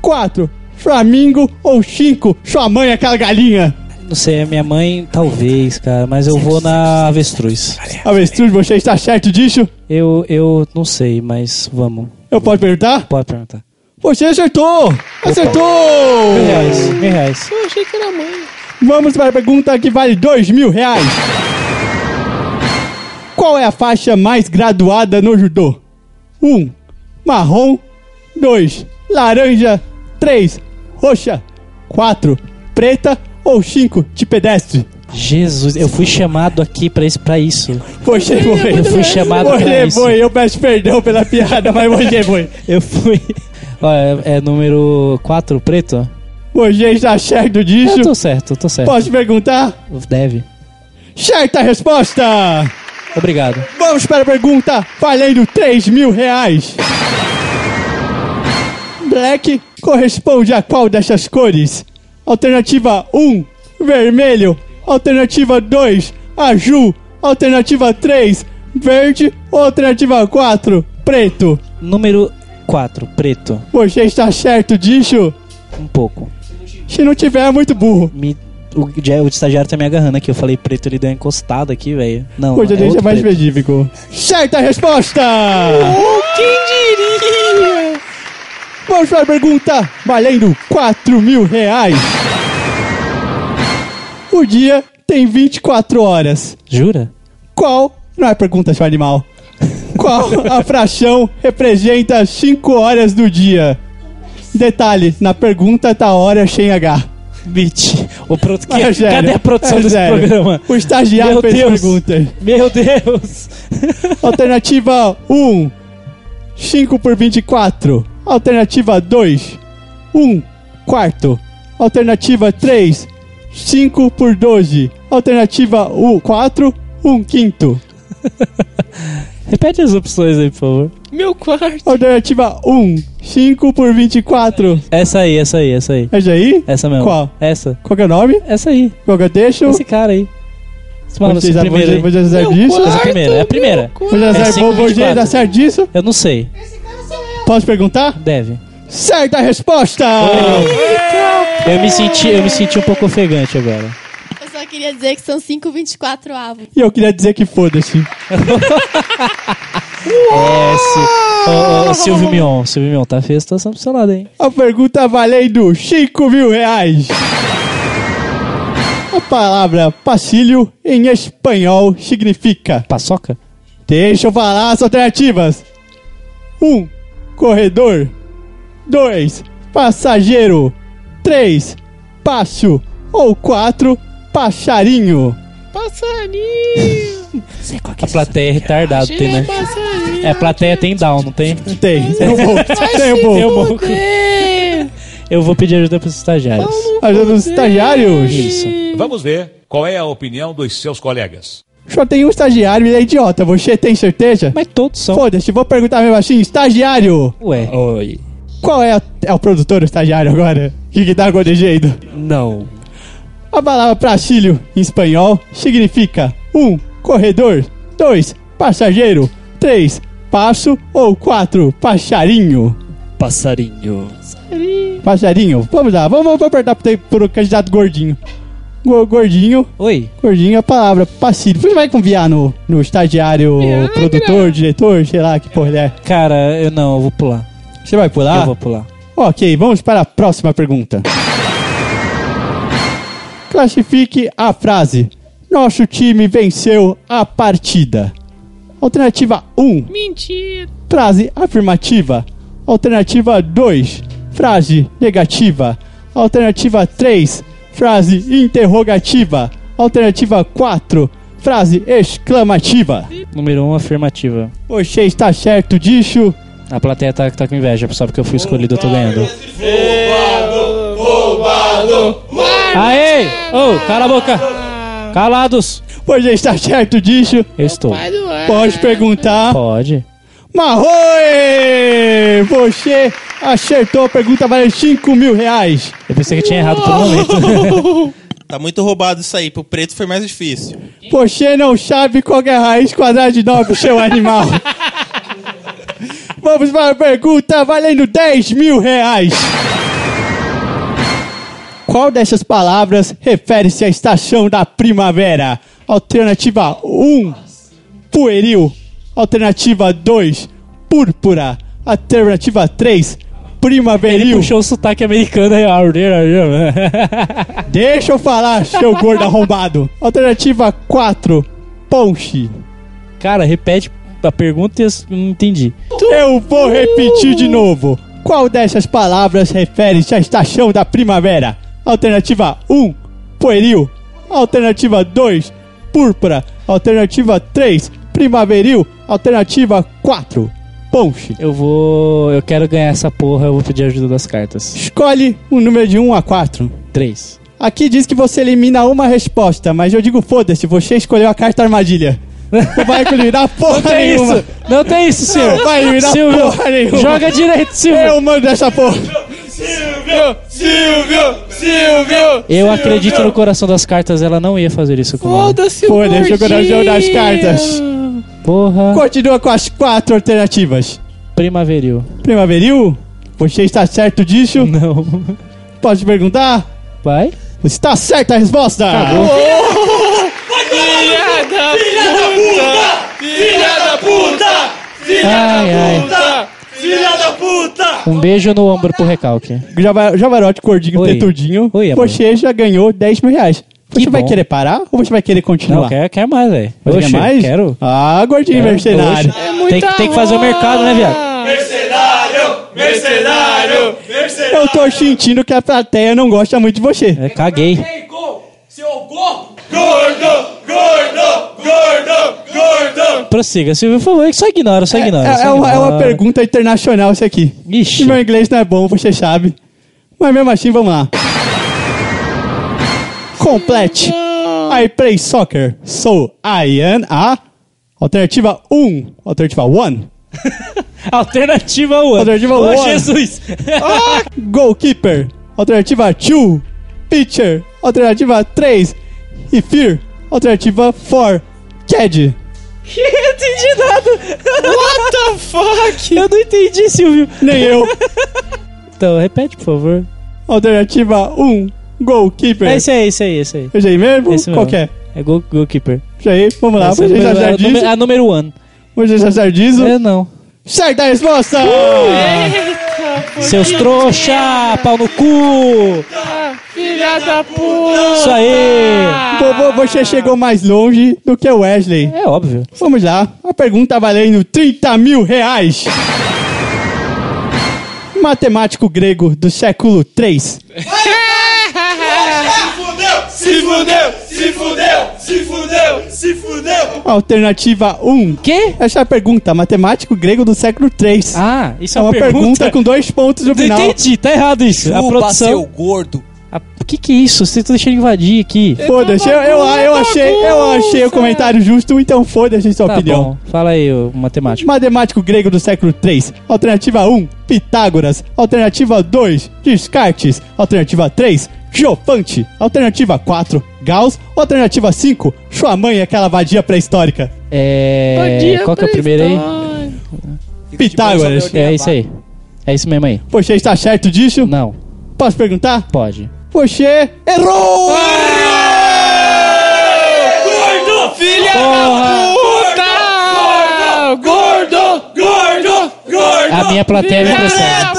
Speaker 4: 4, flamingo. Ou 5, sua mãe é aquela galinha.
Speaker 10: Não sei, a minha mãe talvez, cara, mas eu vou na avestruz.
Speaker 4: Avestruz, você está certo disso?
Speaker 10: Eu, eu não sei, mas vamos.
Speaker 4: Eu posso perguntar?
Speaker 10: Pode perguntar.
Speaker 4: Você acertou! Acertou!
Speaker 10: Mil reais, mil reais.
Speaker 14: Eu achei que era mãe.
Speaker 4: Vamos para a pergunta que vale dois mil reais. Qual é a faixa mais graduada no judô? 1. Um, marrom. 2. Laranja. 3. Roxa. 4. Preta. Ou 5. De pedestre.
Speaker 10: Jesus, eu fui chamado aqui pra isso, pra isso.
Speaker 4: Você foi.
Speaker 10: Eu fui chamado pra
Speaker 4: Você
Speaker 10: isso.
Speaker 4: foi. Eu peço perdão pela piada, mas você foi.
Speaker 10: Eu fui. Ó, é, é número 4, preto?
Speaker 4: Você está certo disso?
Speaker 10: Eu tô certo, eu tô certo.
Speaker 4: Posso perguntar?
Speaker 10: Deve.
Speaker 4: Certa resposta!
Speaker 10: Obrigado.
Speaker 4: Vamos para a pergunta valendo 3 mil reais. Black corresponde a qual dessas cores? Alternativa 1, vermelho. Alternativa 2, azul. Alternativa 3, verde. Alternativa 4, preto.
Speaker 10: Número 4, preto.
Speaker 4: Você está certo disso?
Speaker 10: Um pouco.
Speaker 4: Se não tiver, é muito burro.
Speaker 10: Me, o, o estagiário tá me agarrando aqui. Eu falei preto, ele deu uma encostada aqui, velho. Não,
Speaker 4: Hoje a
Speaker 10: é
Speaker 4: gente é
Speaker 10: outro
Speaker 4: mais
Speaker 10: preto.
Speaker 4: específico. Certa resposta!
Speaker 8: Quem diria?
Speaker 4: Vamos para a pergunta valendo 4 mil reais. O dia tem 24 horas.
Speaker 10: Jura?
Speaker 4: Qual? Não é pergunta, seu animal. Qual a fração representa 5 horas do dia? Detalhe, na pergunta tá hora sem H.
Speaker 10: Bitch. O produto
Speaker 4: É sério,
Speaker 10: Cadê a produção
Speaker 4: é
Speaker 10: desse
Speaker 4: sério.
Speaker 10: programa?
Speaker 4: O estagiário
Speaker 10: Meu
Speaker 4: fez
Speaker 10: Deus.
Speaker 4: perguntas.
Speaker 10: Meu Deus!
Speaker 4: Alternativa 1, 5 por 24. Alternativa 2, 1 quarto. Alternativa 3, 5 por 12. Alternativa 4, 1 quinto.
Speaker 10: Repete as opções aí, por favor.
Speaker 14: Meu quarto.
Speaker 4: Alternativa 1, 5 por 24.
Speaker 10: Essa aí, essa aí, essa aí.
Speaker 4: Essa aí?
Speaker 10: Essa mesmo.
Speaker 4: Qual?
Speaker 10: Essa.
Speaker 4: Qual que é o nome?
Speaker 10: Essa aí.
Speaker 4: Qual que eu deixo?
Speaker 10: Esse cara aí.
Speaker 6: Vamos
Speaker 4: Vou
Speaker 6: primeiro.
Speaker 4: dizer-
Speaker 6: aí.
Speaker 4: vou dizer
Speaker 6: Meu
Speaker 4: disso?
Speaker 6: Essa é a primeira, é a primeira.
Speaker 4: Vou dizer-
Speaker 6: É
Speaker 4: vou- vou dizer
Speaker 6: 5,24.
Speaker 4: certo disso?
Speaker 6: Eu não sei.
Speaker 4: Posso perguntar?
Speaker 6: Deve.
Speaker 4: Certa a resposta!
Speaker 6: Eu me senti, eu me senti um pouco ofegante agora.
Speaker 11: Eu só queria dizer que são 5,24 avos.
Speaker 4: E eu queria dizer que foda-se.
Speaker 6: É, se,
Speaker 4: Ah!
Speaker 6: ô, ô, Silvio Mion, Silvio Mion, tá feia a situação pro seu lado, hein?
Speaker 4: A pergunta valendo 5 mil reais. A palavra pacílio em espanhol significa...
Speaker 6: Paçoca?
Speaker 4: Deixa eu falar as alternativas. 1. Um, corredor. 2. Passageiro. 3. Pássio. Ou 4. Passarinho.
Speaker 8: Passarinho.
Speaker 6: A plateia é retardada, tem, né? É, a plateia tem down, não tem?
Speaker 4: Tem. Tem um pouco. Tem um pouco.
Speaker 6: Tem um pouco. Eu vou pedir ajuda pros estagiários.
Speaker 4: Ajuda dos estagiários?
Speaker 6: Isso.
Speaker 2: Vamos ver qual é a opinião dos seus colegas.
Speaker 4: Só tem um estagiário, ele é idiota. Você tem certeza?
Speaker 6: Mas todos são.
Speaker 4: Foda-se, vou perguntar mesmo assim. Estagiário.
Speaker 6: Ué.
Speaker 4: Oi. Qual é, a- é o produtor, o estagiário agora? O que, que tá acontecendo? Não. A palavra praxilho em espanhol significa 1. Um, corredor 2. Passageiro 3. Passo ou 4. Passarinho.
Speaker 7: Passarinho.
Speaker 4: Passarinho, vamos lá, vamos, vamos apertar pro, pro candidato gordinho. Go- Gordinho.
Speaker 6: Oi.
Speaker 4: Gordinho é a palavra passivo. Você vai confiar no, no estagiário, produtor, diretor, sei lá que porra ele é.
Speaker 6: Cara, eu não, eu vou pular.
Speaker 4: Você vai pular?
Speaker 6: Eu vou pular.
Speaker 4: Ok, vamos para a próxima pergunta. Classifique a frase. Nosso time venceu a partida. Alternativa 1.
Speaker 8: Mentira.
Speaker 4: Frase afirmativa. Alternativa 2. Frase negativa. Alternativa 3. Frase interrogativa. Alternativa 4. Frase exclamativa.
Speaker 6: Número 1, um, afirmativa.
Speaker 4: Você está certo disso?
Speaker 6: A plateia tá, tá com inveja, sabe que eu fui escolhido, eu tô ganhando. Aê! Ô, cala a boca! Calados!
Speaker 4: Você está certo disso?
Speaker 6: Eu estou.
Speaker 4: Pode perguntar.
Speaker 6: Pode.
Speaker 4: Marroi! Você acertou a pergunta valendo 5 mil reais.
Speaker 6: Eu pensei que tinha errado
Speaker 4: por um momento.
Speaker 3: Tá muito roubado isso aí. Pro preto foi mais difícil.
Speaker 4: Você não sabe qual é a raiz quadrada de 9, seu animal. Vamos para a pergunta valendo 10 mil reais. Qual dessas palavras refere-se à estação da primavera? Alternativa 1, pueril. Alternativa 2, púrpura. Alternativa 3, primaveril. Ele puxou
Speaker 6: o sotaque americano aí. né?
Speaker 4: Deixa eu falar, seu gordo arrombado. Alternativa 4, ponche.
Speaker 6: Cara, repete a pergunta e eu não entendi.
Speaker 4: Eu vou repetir de novo. Qual dessas palavras refere-se à estação da primavera? Alternativa 1, pueril. Alternativa 2, púrpura. Alternativa 3, primaveril. Alternativa 4, ponche.
Speaker 6: Eu vou. Eu quero ganhar essa porra, eu vou pedir ajuda das cartas.
Speaker 4: Escolhe um número de 1 a 4.
Speaker 6: 3.
Speaker 4: Aqui diz que você elimina uma resposta, mas eu digo foda-se, você escolheu a carta armadilha. Não vai eliminar porra
Speaker 6: Não tem
Speaker 4: nenhuma.
Speaker 6: isso! Não tem isso, Silvio!
Speaker 4: Não vai eliminar
Speaker 6: Silvio,
Speaker 4: porra nenhuma.
Speaker 6: Joga direito, Silvio!
Speaker 4: Eu mando essa porra!
Speaker 8: Silvio, Silvio, Silvio.
Speaker 6: Eu acredito no coração das cartas, ela não ia fazer isso comigo.
Speaker 4: Foda-se, Foda-se o coração das cartas.
Speaker 6: Porra.
Speaker 4: Continua com as quatro alternativas.
Speaker 6: Primaveril.
Speaker 4: Primaveril? Você está certo disso?
Speaker 6: Não.
Speaker 4: Posso te perguntar?
Speaker 6: Vai.
Speaker 4: Está certa a resposta!
Speaker 8: Filha da puta! Filha da puta!
Speaker 6: Ai, ai.
Speaker 8: Filha da puta!
Speaker 6: Um beijo no ombro pro recalque.
Speaker 4: Java- Javarote, gordinho,
Speaker 6: Oi.
Speaker 4: tetudinho.
Speaker 6: Oi, amor.
Speaker 4: você já ganhou 10 mil reais. Você vai
Speaker 6: bom.
Speaker 4: querer parar ou você vai querer continuar?
Speaker 6: Não, quer, quer mais, É velho.
Speaker 4: Você quer mais?
Speaker 6: Quero.
Speaker 4: Ah, gordinho
Speaker 6: Quero.
Speaker 4: mercenário.
Speaker 6: Oxe. tem, que, tem que fazer o mercado, né, viado?
Speaker 8: Mercenário! Mercenário! Mercenário!
Speaker 4: Eu tô sentindo que a plateia não gosta muito de você.
Speaker 6: É, caguei.
Speaker 8: Gordo! Gordo! Gordo! Gordo!
Speaker 6: Prossiga, Silvio, por favor. Só ignora, só ignora.
Speaker 4: É,
Speaker 6: só
Speaker 4: é uma, é uma
Speaker 6: ignora.
Speaker 4: pergunta internacional isso aqui.
Speaker 6: Ixi.
Speaker 4: Meu inglês não é bom, você sabe. Mas mesmo assim, vamos lá. Complete. I play soccer, so I am a... Alternativa 1. Alternativa 1.
Speaker 6: Alternativa 1.
Speaker 4: Alternativa 1.
Speaker 6: Ô, Jesus. Ah!
Speaker 4: Goalkeeper. Alternativa 2. Pitcher. Alternativa 3. E fear. Alternativa for Cad.
Speaker 7: Eu não entendi nada. What the fuck? Eu não entendi, Silvio.
Speaker 4: Nem eu.
Speaker 6: Então, repete, por favor.
Speaker 4: Alternativa 1, Goalkeeper.
Speaker 6: É isso aí, é isso aí, é isso aí.
Speaker 4: Eu já ia mesmo?
Speaker 6: É isso mesmo.
Speaker 4: Qual que é?
Speaker 6: É goal, goalkeeper.
Speaker 4: Já ia, vamos lá.
Speaker 6: Essa é
Speaker 4: Vamos já
Speaker 6: a número-
Speaker 4: já
Speaker 6: a número-
Speaker 4: diz.
Speaker 6: A número 1.
Speaker 4: Hoje já já diz.
Speaker 6: Eu não.
Speaker 4: Certa resposta!
Speaker 6: É. Seus trouxa, pau no cu!
Speaker 14: Filha da puta!
Speaker 6: Isso aí!
Speaker 4: Vovô, você chegou mais longe do que o Wesley.
Speaker 6: É óbvio.
Speaker 4: Vamos lá. A pergunta valendo 30 mil reais. Matemático grego do século 3.
Speaker 8: Se fudeu, se fudeu, se fudeu, se fudeu.
Speaker 4: Alternativa 1.
Speaker 6: Quê?
Speaker 4: Essa é a pergunta. Matemático grego do século 3.
Speaker 6: Ah, isso é
Speaker 4: uma
Speaker 6: uma
Speaker 4: pergunta
Speaker 6: pergunta?
Speaker 4: com dois pontos no
Speaker 6: Não
Speaker 4: final.
Speaker 6: entendi, tá errado isso. a produção.
Speaker 4: gordo.
Speaker 6: O que que é isso? Vocês estão deixando invadir aqui.
Speaker 4: Foda-se, eu, eu,
Speaker 6: tá
Speaker 4: eu achei, eu achei o comentário justo, então foda-se a sua
Speaker 6: Tá
Speaker 4: opinião.
Speaker 6: bom, fala aí, ô, matemático.
Speaker 4: Matemático grego do século 3. Alternativa 1, Pitágoras. Alternativa 2, Descartes. Alternativa 3, Diofante. Alternativa 4, Gauss. Alternativa 5, sua mãe é aquela vadia pré-histórica.
Speaker 6: É... Qual que é o primeiro aí?
Speaker 4: Pitágoras.
Speaker 6: É isso aí. É isso mesmo aí.
Speaker 4: Você está certo disso?
Speaker 6: Não.
Speaker 4: Posso perguntar? é
Speaker 6: Pode.
Speaker 4: Você errou!
Speaker 8: Gordo, filha da puta. Gordo, gordo, gordo.
Speaker 6: A minha plateia me impressiona.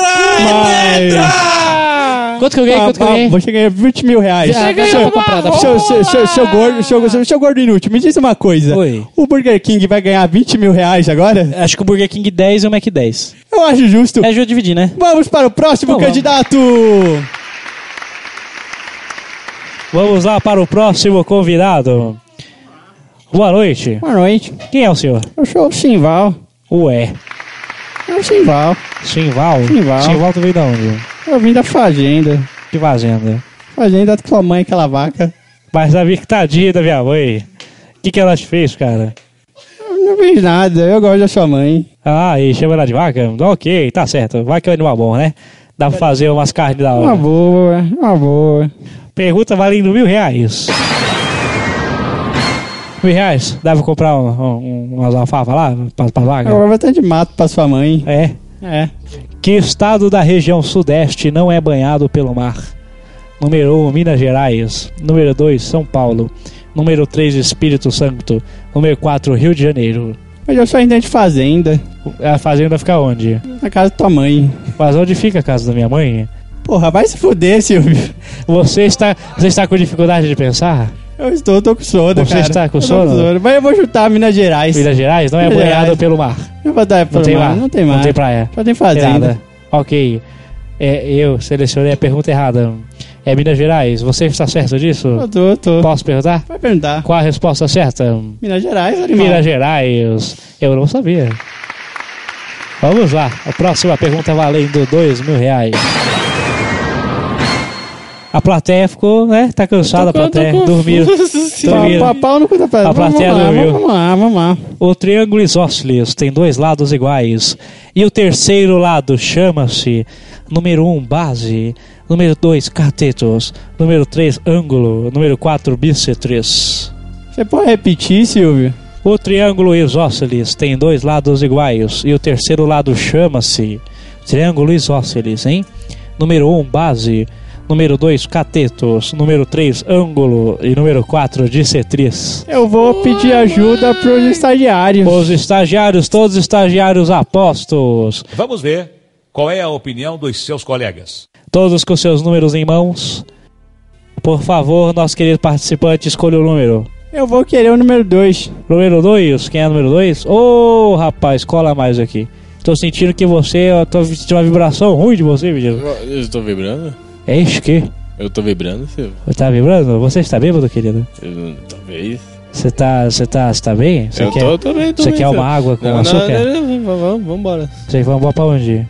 Speaker 6: Quanto que eu ganhei? Quanto que eu ganhei?
Speaker 4: Você ganhou 20 mil reais.
Speaker 6: Já, já
Speaker 4: Seu-
Speaker 6: vou comprar, dá pra-
Speaker 4: seu, seu, seu, seu gordo, seu, seu- seu gordo inútil, me diz uma coisa.
Speaker 6: Oi.
Speaker 4: O Burger King vai ganhar 20 mil reais agora?
Speaker 6: Acho que o Burger King 10 e o Mac 10.
Speaker 4: Eu acho justo.
Speaker 6: É justo dividir, né?
Speaker 4: Vamos para o próximo
Speaker 6: Então
Speaker 4: candidato.
Speaker 6: Vamos lá para o próximo convidado. Boa noite.
Speaker 13: Boa noite.
Speaker 6: Quem é o senhor?
Speaker 13: Eu sou o Simval.
Speaker 6: Ué.
Speaker 13: É o Simval.
Speaker 6: Simval?
Speaker 13: Simval.
Speaker 6: Simval, tu veio da onde?
Speaker 13: Eu vim da fazenda.
Speaker 6: Que fazenda?
Speaker 13: Fazenda com a mãe, aquela vaca.
Speaker 6: Mas a minha- tadinha da minha mãe. O que, que ela te fez, cara?
Speaker 13: Eu não fiz nada, eu gosto da sua mãe.
Speaker 6: Ah, e chama ela de vaca? Ok, tá certo. Vai que é um animal bom, né? Dá pra fazer umas carnes da
Speaker 13: Uma
Speaker 6: hora.
Speaker 13: boa, uma boa.
Speaker 6: Pergunta valendo mil reais. Mil reais? Dá pra comprar um, um, umas alfafas lá pra, pra vaca?
Speaker 13: Agora vai ter de mato pra sua mãe.
Speaker 6: É.
Speaker 13: É.
Speaker 6: Que estado da região sudeste não é banhado pelo mar? Número 1, Minas Gerais. Número 2, São Paulo. Número 3, Espírito Santo. Número 4, Rio de Janeiro.
Speaker 13: Mas eu sou ainda de fazenda.
Speaker 6: A fazenda fica onde?
Speaker 13: Na casa da tua mãe.
Speaker 6: Mas onde fica a casa da minha mãe?
Speaker 13: Porra, vai se fuder, Silvio.
Speaker 6: Você está, você está com dificuldade de pensar?
Speaker 13: Eu estou, tô com sono,
Speaker 6: Você
Speaker 13: cara.
Speaker 6: está com
Speaker 13: Eu tô
Speaker 6: sono?
Speaker 13: Mas eu vou chutar Minas Gerais.
Speaker 6: Minas Gerais não é
Speaker 13: Minas
Speaker 6: banhado
Speaker 13: Gerais.
Speaker 6: pelo mar.
Speaker 13: Não vai dar
Speaker 6: Não
Speaker 13: pra
Speaker 6: tem
Speaker 13: mar,
Speaker 6: mar.
Speaker 13: Não tem mar.
Speaker 6: Não tem praia.
Speaker 13: Só tem
Speaker 6: Tem
Speaker 13: fazenda.
Speaker 6: nada. Ok. É, eu selecionei a pergunta errada. É Minas Gerais. Você está certo disso?
Speaker 13: Eu tô, eu tô.
Speaker 6: Posso perguntar?
Speaker 13: Vai perguntar.
Speaker 6: Qual a resposta certa?
Speaker 13: Minas Gerais, animal.
Speaker 6: Minas Gerais. Eu não sabia. Vamos lá. A próxima pergunta valendo dois mil reais. A plateia ficou, né? Tá cansada a plateia. Dormiu. Dormiram.
Speaker 13: Pau, pau, pau no cu da pedra.
Speaker 6: A
Speaker 13: Vamos
Speaker 6: plateia
Speaker 13: lá,
Speaker 6: dormiu.
Speaker 13: Vamos lá, vamos lá.
Speaker 6: O triângulo isósceles tem dois lados iguais. E o terceiro lado chama-se número 1, um, base. Número 2, catetos. Número 3, ângulo. Número 4, bissetriz.
Speaker 13: Você pode repetir, Silvio?
Speaker 6: O triângulo isósceles tem dois lados iguais. E o terceiro lado chama-se triângulo isósceles, hein? Número 1, um, base. Número 2, catetos. Número 3, ângulo. E número 4, dissetriz.
Speaker 13: Eu vou pedir ajuda pros estagiários.
Speaker 6: Os estagiários, todos os estagiários apostos.
Speaker 2: Vamos ver qual é a opinião dos seus colegas.
Speaker 6: Todos com seus números em mãos. Por favor, nosso querido participante, escolha o número.
Speaker 13: Eu vou querer o número 2.
Speaker 6: Número 2, quem é o número 2? Ô, rapaz, cola mais aqui. Tô sentindo que você, eu tô sentindo uma vibração ruim de você, menino.
Speaker 14: Eu tô vibrando?
Speaker 6: É isso que?
Speaker 14: Eu tô vibrando, Silvio?
Speaker 6: Tá vibrando? Você está bêbado, querido?
Speaker 14: Eu- Talvez.
Speaker 6: Você tá, você tá, você tá bem? Você
Speaker 14: eu
Speaker 6: quer,
Speaker 14: tô, tô bem, tô
Speaker 6: você
Speaker 14: bem,
Speaker 6: quer
Speaker 14: Silvio.
Speaker 6: uma água com
Speaker 14: Não, não,
Speaker 6: açúcar?
Speaker 14: não, não, vamos- vamos- Vambora.
Speaker 6: Vocês vão embora pra onde?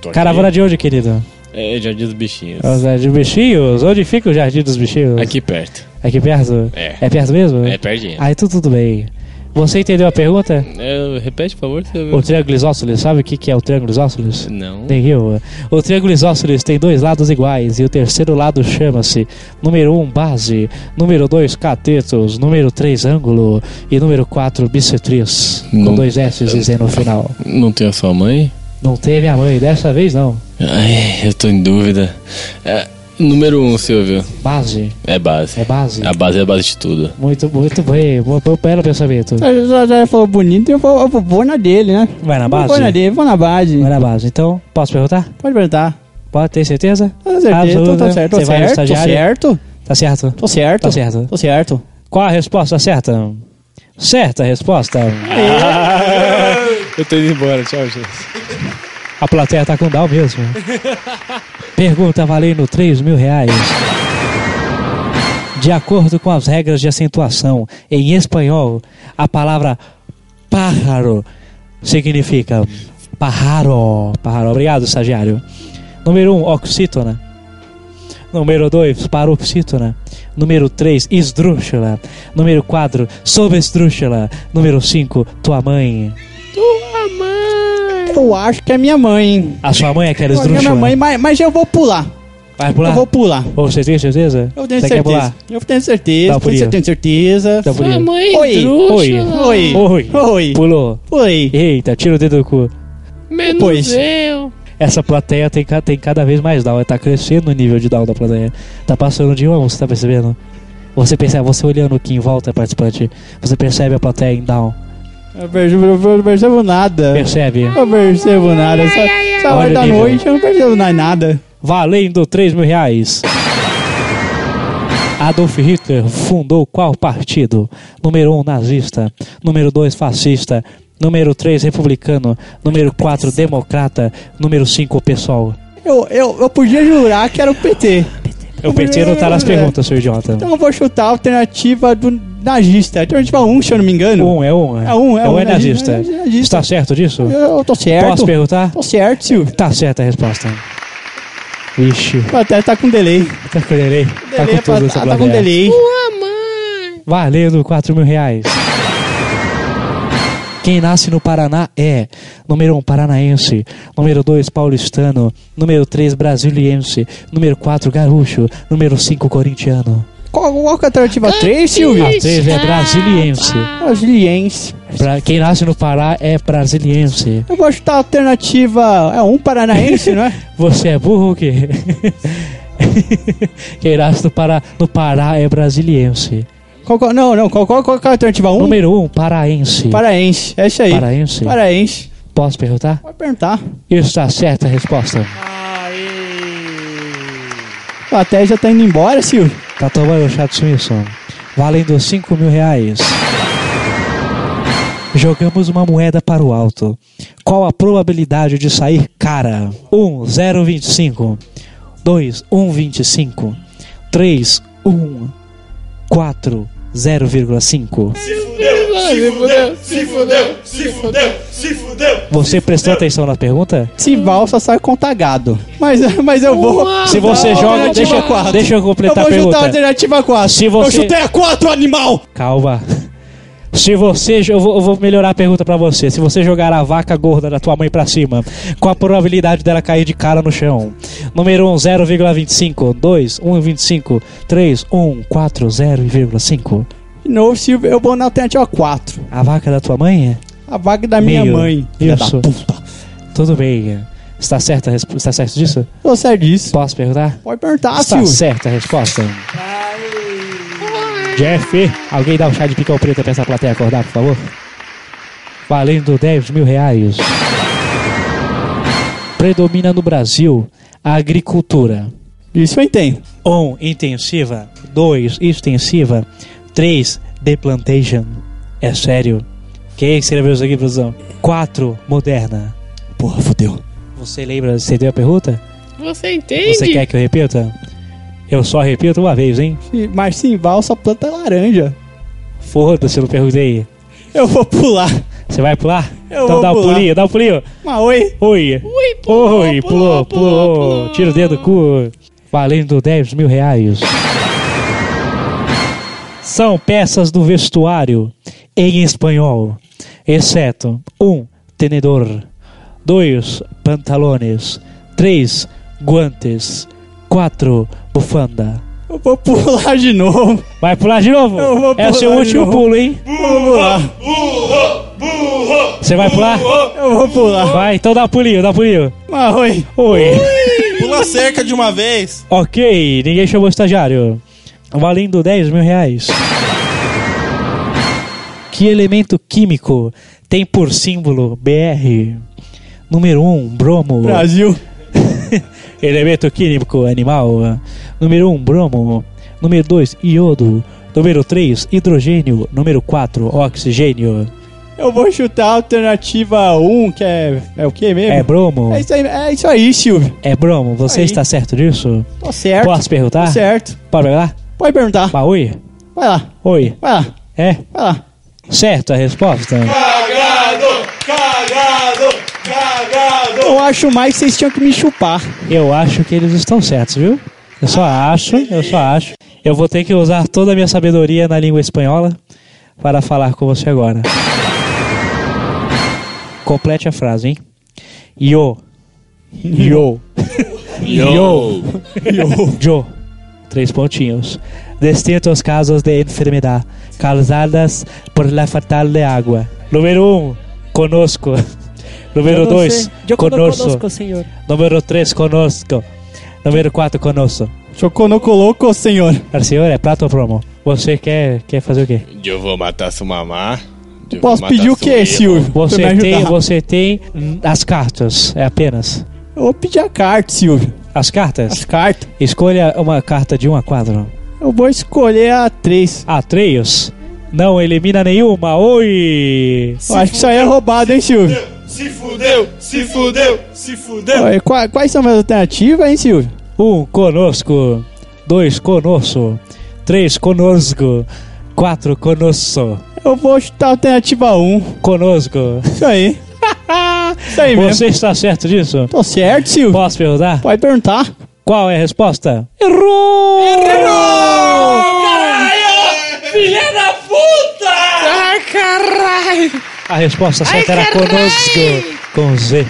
Speaker 14: Tô aqui.
Speaker 6: Caravana de onde, querido?
Speaker 14: É, Jardim dos Bichinhos.
Speaker 6: Os Jardim Bichinhos? Onde fica o Jardim dos Bichinhos?
Speaker 14: Aqui perto.
Speaker 6: Aqui perto?
Speaker 14: É.
Speaker 6: perto mesmo?
Speaker 14: É pertinho.
Speaker 6: Ah, então tudo bem. Você entendeu a pergunta?
Speaker 3: É, repete, por favor. seu-
Speaker 6: O triângulo isósceles, sabe o que que é o triângulo isósceles?
Speaker 3: Não.
Speaker 6: Tem eu. O triângulo isósceles tem dois lados iguais e o terceiro lado chama-se número 1 um, base, número 2 catetos, número 3 ângulo e número 4 bissetriz, com
Speaker 3: Não.
Speaker 6: dois S e Z no final.
Speaker 3: Não tem a sua mãe?
Speaker 6: Não teve a mãe, dessa vez não.
Speaker 3: Ai, eu tô em dúvida. É, número um, Silvio.
Speaker 6: Base.
Speaker 3: É base.
Speaker 6: É base.
Speaker 3: A base é a base de tudo.
Speaker 6: Muito, muito bem, bo- bo- belo pensamento.
Speaker 4: Já, já falou bonito, eu vou, eu vou- vou na dele, né?
Speaker 6: Vai na base?
Speaker 4: Vou na dele, vou na base.
Speaker 6: Vai na base. Então, posso perguntar?
Speaker 4: Pode perguntar.
Speaker 6: Pode ter certeza?
Speaker 4: Com certeza,
Speaker 6: Absoluta.
Speaker 4: então tá certo,
Speaker 6: né? Você
Speaker 4: tô
Speaker 6: vai no
Speaker 4: certo, tô
Speaker 6: estagiário?
Speaker 4: certo.
Speaker 6: Tá certo?
Speaker 4: Tô certo.
Speaker 6: Tá certo.
Speaker 4: Tô certo.
Speaker 6: Qual a resposta certa? Certa resposta.
Speaker 3: Eu tô indo embora, tchau, gente.
Speaker 6: A plateia tá com down mesmo. Pergunta valendo 3 mil reais. De acordo com as regras de acentuação, em espanhol, a palavra pájaro significa pájaro. Pájaro. Obrigado, estagiário. Número 1, um, oxítona. Número 2, paroxítona. Número 3, esdrúxula. Número 4, sobrestrúxula. Número 5, tua mãe.
Speaker 4: Tua mãe. Eu acho que é minha mãe, hein?
Speaker 6: A sua mãe é aquela
Speaker 4: Eu acho que é
Speaker 6: esdrúxula?
Speaker 4: minha mãe, mas, mas eu vou pular.
Speaker 6: Vai pular?
Speaker 4: Eu vou pular.
Speaker 6: Ô, Você tem certeza?
Speaker 4: Eu tenho
Speaker 6: Você quer
Speaker 4: certeza.
Speaker 6: pular? Tá,
Speaker 4: Eu tenho certeza.
Speaker 6: Dá por
Speaker 4: eu
Speaker 6: ir.
Speaker 4: tenho certeza.
Speaker 6: Dá por ir. Sua
Speaker 4: Oi.
Speaker 6: mãe
Speaker 4: Oi.
Speaker 6: Tá Oi.
Speaker 4: Oi.
Speaker 6: Oi.
Speaker 4: Oi.
Speaker 6: Pulou.
Speaker 4: Oi.
Speaker 6: Eita, tira o dedo do cu.
Speaker 11: Menos
Speaker 6: Pois.
Speaker 11: eu.
Speaker 6: Essa plateia tem, ca- tem cada vez mais down. Tá crescendo o nível de down da plateia. Tá passando de um, você tá percebendo? Você percebe, você olhando aqui em volta, participante, você percebe a plateia em down.
Speaker 4: Eu percebo, eu não percebo nada.
Speaker 6: Percebe?
Speaker 4: Eu não percebo nada. Essa, essa
Speaker 6: Olha
Speaker 4: hora
Speaker 6: o
Speaker 4: da
Speaker 6: nível.
Speaker 4: noite eu não percebo mais nada.
Speaker 6: Valendo 3 mil reais. Adolf Hitler fundou qual partido? Número 1, um, nazista. Número 2, fascista. Número 3, republicano. Número 4, democrata. Número 5, pessoal.
Speaker 4: Eu, eu, eu podia jurar que era o PT.
Speaker 6: Eu pensei não tá nas perguntas, seu idiota.
Speaker 4: Então eu vou chutar a alternativa do nazista. Alternativa 1, se eu não me engano.
Speaker 6: Um, é um.
Speaker 4: É um, é um.
Speaker 6: é nazista.
Speaker 4: nazista.
Speaker 6: Está certo disso?
Speaker 4: Eu tô certo.
Speaker 6: Posso perguntar?
Speaker 4: Tô certo, Silvio.
Speaker 6: Tá certa a resposta. Vixe.
Speaker 4: Até tá com delay.
Speaker 6: Tá com delay. Tá
Speaker 4: Delay
Speaker 6: com
Speaker 4: é
Speaker 6: tudo
Speaker 4: pra-
Speaker 6: essa
Speaker 4: tá
Speaker 6: plateia.
Speaker 4: com delay.
Speaker 6: Valendo 4 mil reais. Quem nasce no Paraná é número 1 um, paranaense, número 2 paulistano, número 3 brasiliense, número 4 gaúcho, número 5 corintiano.
Speaker 4: Qual, qual que é a alternativa 3, Silvio?
Speaker 6: A 3 é brasiliense.
Speaker 4: Brasiliense.
Speaker 6: Pra, quem nasce no Pará é brasiliense.
Speaker 4: Eu vou chutar a alternativa. É um paranaense, não é?
Speaker 6: Você é burro ou quê? Quem nasce no Pará, no Pará é brasiliense.
Speaker 4: Qual, qual- não, não. Qual, qual, qual que é a alternativa 1?
Speaker 6: Número 1, um, paraense.
Speaker 4: Paraense. É isso aí.
Speaker 6: Paraense?
Speaker 4: Paraense.
Speaker 6: Posso perguntar?
Speaker 4: Pode perguntar.
Speaker 6: Está certa a resposta.
Speaker 4: Até já tá indo embora, Silvio.
Speaker 6: Tá tomando o Chato Smithson. Valendo 5 mil reais. Jogamos uma moeda para o alto. Qual a probabilidade de sair cara? 1, 0, 25. 2, 1, 25. 3, 1. 4, 0,5.
Speaker 17: Se fudeu, se fudeu, se fudeu, se fudeu.
Speaker 6: Você prestou atenção na pergunta?
Speaker 4: Se valsa, sai contagado. Mas, mas eu vou.
Speaker 17: Ah,
Speaker 6: Se
Speaker 4: chutar
Speaker 6: você
Speaker 4: a
Speaker 6: joga,
Speaker 4: alternativa
Speaker 6: deixa,
Speaker 4: quatro.
Speaker 6: deixa eu completar
Speaker 4: Eu
Speaker 6: a
Speaker 4: vou chutar a
Speaker 6: pergunta.
Speaker 4: alternativa 4.
Speaker 6: Se você-
Speaker 4: Eu chutei a 4, animal!
Speaker 6: Calma. Se você. Eu vou, eu vou melhorar a pergunta pra você. Se você jogar a vaca gorda da tua mãe pra cima, qual a probabilidade dela cair de cara no chão? Número 1, 0,25. 2, 1,25. 3, 1, 4, 0,5.
Speaker 4: De novo, Silvio, eu vou na alternativa 4.
Speaker 6: A vaca da tua mãe?
Speaker 4: A vaga da minha
Speaker 6: Meio.
Speaker 4: mãe. Filha da
Speaker 6: Isso.
Speaker 4: puta.
Speaker 6: Tudo bem. Está certa, a resp- está certo disso?
Speaker 4: Tô certo disso.
Speaker 6: Posso perguntar?
Speaker 4: Pode perguntar,
Speaker 6: Está
Speaker 4: Silvio.
Speaker 6: Tá certa a resposta. Jeff, alguém dá um chá de picão preto pra essa plateia acordar, por favor? Valendo 10 mil reais. Predomina no Brasil a agricultura.
Speaker 4: Isso eu entendo.
Speaker 6: 1. Um, intensiva. 2. Extensiva. 3. The Plantation. É sério? Quem escreveu isso aqui, produção? 4. Moderna.
Speaker 4: Porra, fodeu.
Speaker 6: Você lembra, você deu a pergunta?
Speaker 11: Você entende?
Speaker 6: Você quer que eu repita? Eu só repito uma vez, hein?
Speaker 4: E- Mas sim, valsa planta laranja.
Speaker 6: Foda-se, eu não perguntei.
Speaker 4: Eu vou pular.
Speaker 6: Você vai pular?
Speaker 4: Eu
Speaker 6: então
Speaker 4: vou
Speaker 6: dá um
Speaker 4: pular.
Speaker 6: pulinho, dá um pulinho.
Speaker 4: Mas oi.
Speaker 6: Oi.
Speaker 11: Oi,
Speaker 6: pulou, Oi, pulou, pulou, Tira o dedo do cu. Valendo 10 mil reais. São peças do vestuário em espanhol, exceto um tenedor, dois pantalones, três guantes, quatro bufanda.
Speaker 4: Eu vou pular de novo.
Speaker 6: Vai pular de novo?
Speaker 4: Eu vou
Speaker 6: é o seu
Speaker 4: pular de
Speaker 6: último
Speaker 4: novo.
Speaker 6: pulo, hein?
Speaker 4: Vamos lá.
Speaker 6: Você vai pular?
Speaker 4: Eu vou pular.
Speaker 6: Vai, então dá pulinho, dá pulinho.
Speaker 4: Ah, oi.
Speaker 6: Oi.
Speaker 3: Pula cerca de uma vez.
Speaker 6: Ok, ninguém chamou o estagiário. Valendo 10 mil reais. Que elemento químico tem por símbolo BR? Número 1, um, bromo.
Speaker 4: Brasil.
Speaker 6: elemento químico animal. Número 1, um, bromo. Número 2, iodo. Número 3, hidrogênio. Número 4, oxigênio.
Speaker 4: Eu vou chutar a alternativa 1, que é. É o que mesmo?
Speaker 6: É bromo.
Speaker 4: É isso aí, é isso aí Silvio.
Speaker 6: É bromo, você
Speaker 4: Aí.
Speaker 6: está certo disso?
Speaker 4: Tô certo.
Speaker 6: Posso perguntar?
Speaker 4: Tô certo.
Speaker 6: Pode perguntar?
Speaker 4: Pode perguntar.
Speaker 6: Bah, oi?
Speaker 4: Vai lá.
Speaker 6: Oi?
Speaker 4: Vai lá.
Speaker 6: É?
Speaker 4: Vai lá.
Speaker 6: Certo a resposta?
Speaker 8: Cagado, cagado, cagado.
Speaker 4: Eu acho mais que vocês tinham que me chupar.
Speaker 6: Eu acho que eles estão certos, viu? Eu só acho, eu só acho. Eu vou ter que usar toda a minha sabedoria na língua espanhola para falar com você agora. Complete a frase, hein? Yo. Yo.
Speaker 8: Yo.
Speaker 6: Yo. Yo. Três pontinhos. Distintos casos de enfermidade causadas por la fatal de agua. Número um, conosco. Número
Speaker 7: Eu não
Speaker 6: dois,
Speaker 7: sei. Eu
Speaker 6: conosco.
Speaker 7: conosco, senhor.
Speaker 6: Número 3, conosco. Número 4, conosco.
Speaker 4: Choconocoloco, senhor.
Speaker 6: Cara, senhor, é prato ou promo? Você quer, quer fazer o quê?
Speaker 3: Eu vou matar sua mamá. Eu
Speaker 4: Posso
Speaker 3: vou matar
Speaker 4: pedir o
Speaker 3: sua
Speaker 4: quê,
Speaker 3: eu.
Speaker 4: Silvio? Pra me
Speaker 6: Você
Speaker 4: ajudar.
Speaker 6: tem, você tem hum, as cartas, é apenas.
Speaker 4: Eu vou pedir a carta, Silvio.
Speaker 6: As cartas?
Speaker 4: As cartas.
Speaker 6: Escolha uma carta de 1 a 4.
Speaker 4: Eu vou escolher a 3.
Speaker 6: A 3? Não elimina nenhuma. Oi!
Speaker 4: Eu acho que isso aí é roubado, hein, Silvio?
Speaker 8: Se fudeu, se fudeu, se fudeu.
Speaker 4: Ué, qua- Quais são as alternativas, hein, Silvio?
Speaker 6: 1 um, conosco. 2 conosco. 3 conosco. 4 conosco.
Speaker 4: Eu vou chutar a alternativa 1.
Speaker 6: Conosco.
Speaker 4: Isso aí. Isso aí É mesmo.
Speaker 6: Você está certo disso?
Speaker 4: Tô certo, Silvio.
Speaker 6: Posso perguntar?
Speaker 4: Pode perguntar.
Speaker 6: Qual é a resposta?
Speaker 8: Errou! Errou! Caralho! Filha da puta! Ah, caralho!
Speaker 6: A resposta
Speaker 8: Ai,
Speaker 6: certa era
Speaker 8: caralho!
Speaker 6: conosco com Z.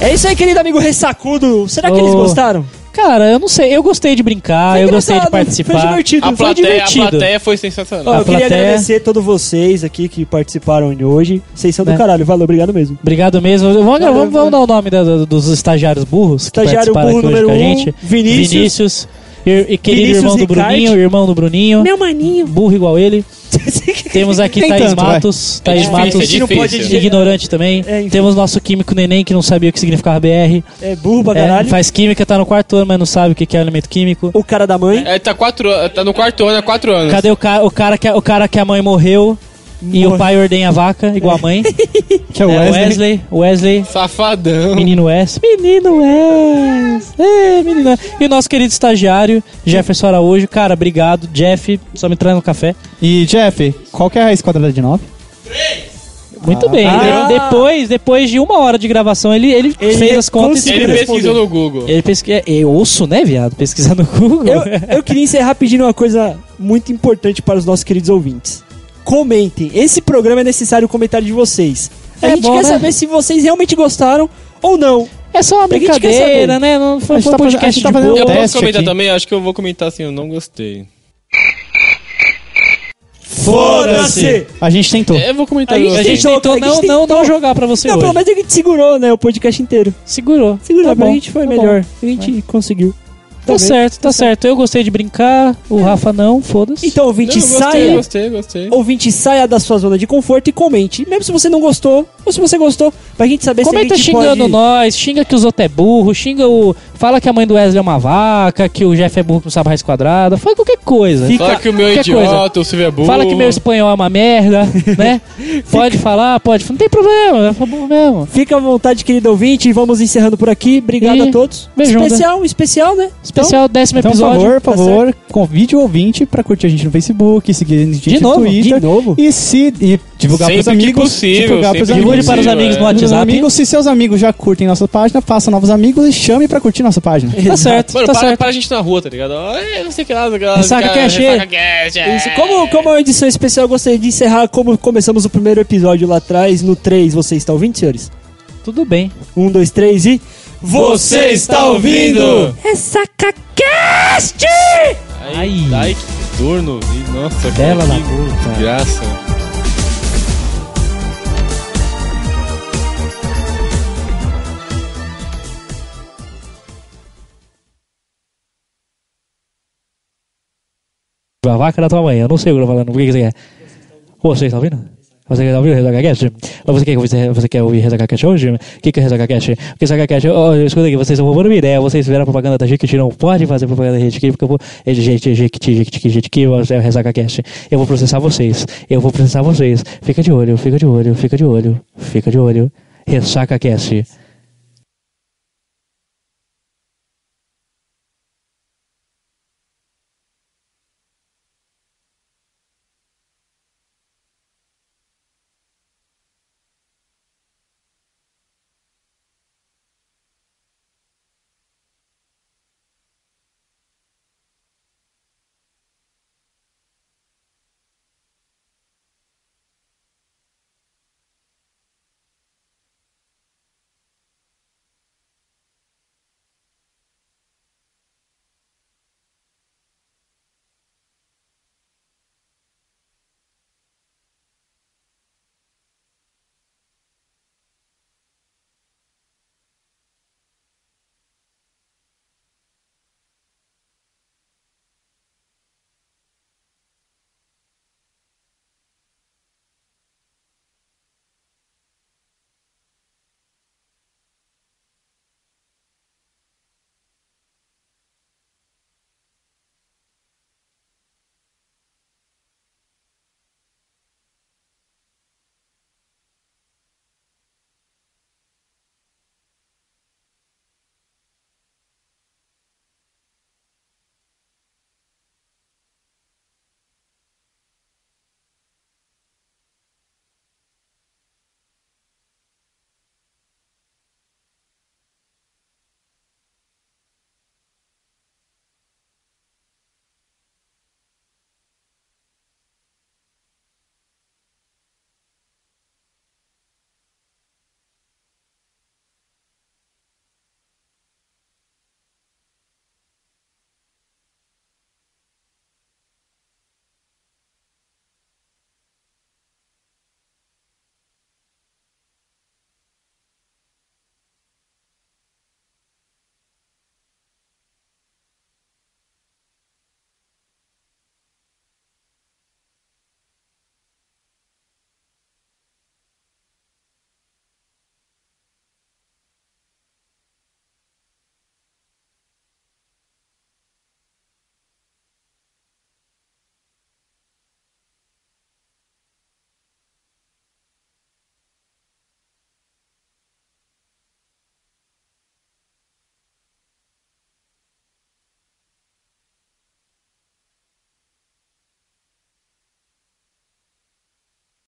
Speaker 7: É isso aí, querido amigo ressacudo. Será que eles
Speaker 6: Ô.
Speaker 7: gostaram?
Speaker 6: Cara, eu não sei, eu gostei de
Speaker 10: Ah,
Speaker 6: brincar,
Speaker 7: Foi
Speaker 6: eu gostei de
Speaker 7: engraçado,
Speaker 6: participar.
Speaker 7: foi divertido,
Speaker 3: A
Speaker 7: foi
Speaker 3: plateia, a
Speaker 7: divertido.
Speaker 3: plateia foi
Speaker 7: Ó,
Speaker 3: sensacional.
Speaker 7: eu queria
Speaker 6: plateia-
Speaker 7: agradecer todos vocês aqui que participaram de hoje. Vocês são do
Speaker 6: Né?
Speaker 7: caralho, valeu, obrigado mesmo.
Speaker 6: Obrigado mesmo. Vamos,
Speaker 7: Valeu,
Speaker 6: vamos- vamos dar o nome da- da- dos estagiários burros
Speaker 7: Estagiário
Speaker 6: que participaram
Speaker 7: burro
Speaker 6: aqui hoje
Speaker 7: número
Speaker 6: com a
Speaker 7: um,
Speaker 6: gente.
Speaker 7: Vinícius.
Speaker 6: Vinícius e, e querido
Speaker 7: Vinícius
Speaker 6: irmão do
Speaker 7: Ricardo.
Speaker 6: Bruninho, irmão do Bruninho.
Speaker 7: Meu maninho.
Speaker 6: Burro igual ele. Temos aqui
Speaker 4: Nem
Speaker 6: Thaís
Speaker 4: tanto, vai.
Speaker 6: Matos.
Speaker 3: É
Speaker 6: Thaís
Speaker 3: difícil,
Speaker 6: Matos.
Speaker 3: é difícil. Não pode dizer-
Speaker 6: ignorante também.
Speaker 7: É, enfim.
Speaker 6: Temos nosso químico neném que não sabia o que significava BR.
Speaker 7: É burro pra
Speaker 6: É,
Speaker 7: caralho.
Speaker 6: faz química, tá no quarto ano, mas não sabe o que que é elemento químico.
Speaker 7: O cara da mãe.
Speaker 3: É, tá, quatro, an- tá no quarto ano, há quatro anos.
Speaker 6: Cadê o, ca o, cara que a, o cara que a mãe morreu e o pai ordenha a vaca, igual a mãe?
Speaker 4: Que é o
Speaker 6: É,
Speaker 4: Wesley.
Speaker 6: Wesley. Wesley,
Speaker 3: Safadão.
Speaker 6: menino Wes. Menino Wes. É, menino Wes. E o nosso querido estagiário, Jefferson Araújo. Cara, obrigado. Jeff, só me traz um café.
Speaker 4: E, Jeff, qual que é a raiz quadrada de 9?
Speaker 6: Muito bem.
Speaker 4: Ah.
Speaker 6: De- Depois, depois de uma hora de gravação, ele, ele,
Speaker 7: Ele
Speaker 6: fez as contas
Speaker 7: conseguiu
Speaker 6: e
Speaker 3: Ele
Speaker 6: respondeu.
Speaker 3: pesquisou no Google.
Speaker 6: Ele pesquisa. Eu ouço, né, viado? Pesquisar no Google. É
Speaker 7: Eu, eu queria encerrar pedindo uma coisa muito importante para os nossos queridos ouvintes. Comentem. Esse programa é necessário o comentário de vocês. A
Speaker 6: É
Speaker 7: gente
Speaker 6: bom,
Speaker 7: quer
Speaker 6: né?
Speaker 7: saber se vocês realmente gostaram ou não.
Speaker 6: É só uma
Speaker 7: A gente quer
Speaker 6: brincadeira,
Speaker 7: saber.
Speaker 6: né? Não
Speaker 4: A
Speaker 6: foi,
Speaker 4: gente
Speaker 6: foi um
Speaker 4: tá fazendo- a
Speaker 6: podcast
Speaker 4: gente tá
Speaker 6: de
Speaker 4: fazendo
Speaker 6: boa.
Speaker 4: um
Speaker 3: Eu
Speaker 4: Teste
Speaker 3: posso comentar
Speaker 4: aqui.
Speaker 3: também? Acho que eu vou comentar assim, eu não gostei.
Speaker 7: Foda-se!
Speaker 4: A gente tentou.
Speaker 3: É, eu vou comentar.
Speaker 6: A
Speaker 3: eu
Speaker 6: gente, a
Speaker 3: gostei.
Speaker 6: gente tentou
Speaker 7: a gente
Speaker 6: não, não, não jogar pra você
Speaker 7: Não,
Speaker 6: hoje.
Speaker 7: pelo menos a gente segurou, né? O podcast inteiro.
Speaker 6: Segurou.
Speaker 7: Segurou,
Speaker 6: Tá
Speaker 7: pra
Speaker 6: bom,
Speaker 7: gente foi
Speaker 6: tá
Speaker 7: melhor.
Speaker 6: bom.
Speaker 7: A gente conseguiu.
Speaker 6: Tá
Speaker 7: Talvez.
Speaker 6: certo, tá certo. Eu gostei de brincar, o Rafa não, foda-se.
Speaker 7: Então, ouvinte,
Speaker 3: Não, eu
Speaker 7: saia.
Speaker 3: gostei, gostei, gostei.
Speaker 7: Ouvinte, saia da sua zona de conforto e comente. Mesmo se você não gostou, ou se você gostou, pra gente saber se
Speaker 6: Comenta
Speaker 7: a gente
Speaker 6: tá xingando
Speaker 7: é pode...
Speaker 6: nós, xinga que os outros é burro, xinga o. Fala que a mãe do Wesley é uma vaca, que o Jeff é burro que não sabe raiz quadrada, fala qualquer coisa.
Speaker 3: Fala que o meu é
Speaker 6: qualquer
Speaker 3: idiota,
Speaker 6: coisa.
Speaker 3: o Silvio é burro.
Speaker 6: Fala que meu espanhol é uma merda, né? Pode falar, pode. Não tem problema, é bom mesmo.
Speaker 7: Fica à vontade, querido ouvinte, e vamos encerrando por aqui. Obrigado
Speaker 6: E
Speaker 7: a todos.
Speaker 6: beijão,
Speaker 7: especial, um especial, né?
Speaker 6: Especial é décimo
Speaker 4: Então, por
Speaker 6: episódio.
Speaker 4: favor, por
Speaker 7: tá
Speaker 4: favor, convide o ouvinte pra curtir a gente no Facebook, seguir a gente
Speaker 10: De
Speaker 4: no
Speaker 10: novo,
Speaker 4: Twitter.
Speaker 10: de novo.
Speaker 4: E se e divulgar
Speaker 10: Sempre
Speaker 4: pros amigos,
Speaker 10: que possível,
Speaker 4: divulgar
Speaker 10: sempre
Speaker 4: pros
Speaker 10: que
Speaker 4: amigos.
Speaker 10: possível, Divulgue para os amigos é. no WhatsApp.
Speaker 4: Amigos, se seus amigos já curtem nossa página, faça novos amigos e chame pra curtir nossa página.
Speaker 10: Tá certo,
Speaker 18: Mano,
Speaker 10: tá
Speaker 18: para,
Speaker 10: certo.
Speaker 18: para a gente na rua, tá ligado? É, não sei o que lá, não sei o que lá.
Speaker 7: Ressaca
Speaker 18: cara,
Speaker 7: Cash,
Speaker 18: Ressaca
Speaker 7: é.
Speaker 18: Cash, é.
Speaker 7: Isso. Como, como é uma edição especial, eu gostaria de encerrar como começamos o primeiro episódio lá atrás, no 3. Vocês estão ouvindo, senhores?
Speaker 10: Tudo bem.
Speaker 7: Um, dois, três e.
Speaker 18: Você está ouvindo?
Speaker 11: Essa cacast!
Speaker 18: Ai, ai, que dor no ouvido. Nossa,
Speaker 10: Bela
Speaker 18: que
Speaker 10: na
Speaker 18: que graça.
Speaker 6: A vaca da tua mãe, eu não sei o que eu tô falando, por que que você quer? Ô, Você está ouvindo? Você quer ouvir Rezaca Cash? Ou você quer, ouvir- você quer ouvir Rezaca Cash hoje? O que, que é Rezaca Cash? O que é Rezaca Cash? Ó, escuta aqui, vocês estão roubando minha ideia, vocês fizeram a propaganda da Jequiti, não pode fazer propaganda da Jequiti, porque eu vou... é Jequiti, Jequiti, Jequiti, Jequiti, é Rezaca Cash. Eu vou processar vocês, eu vou processar vocês. Fica de olho, fica de olho, fica de olho, fica de olho. Ressaca Cash.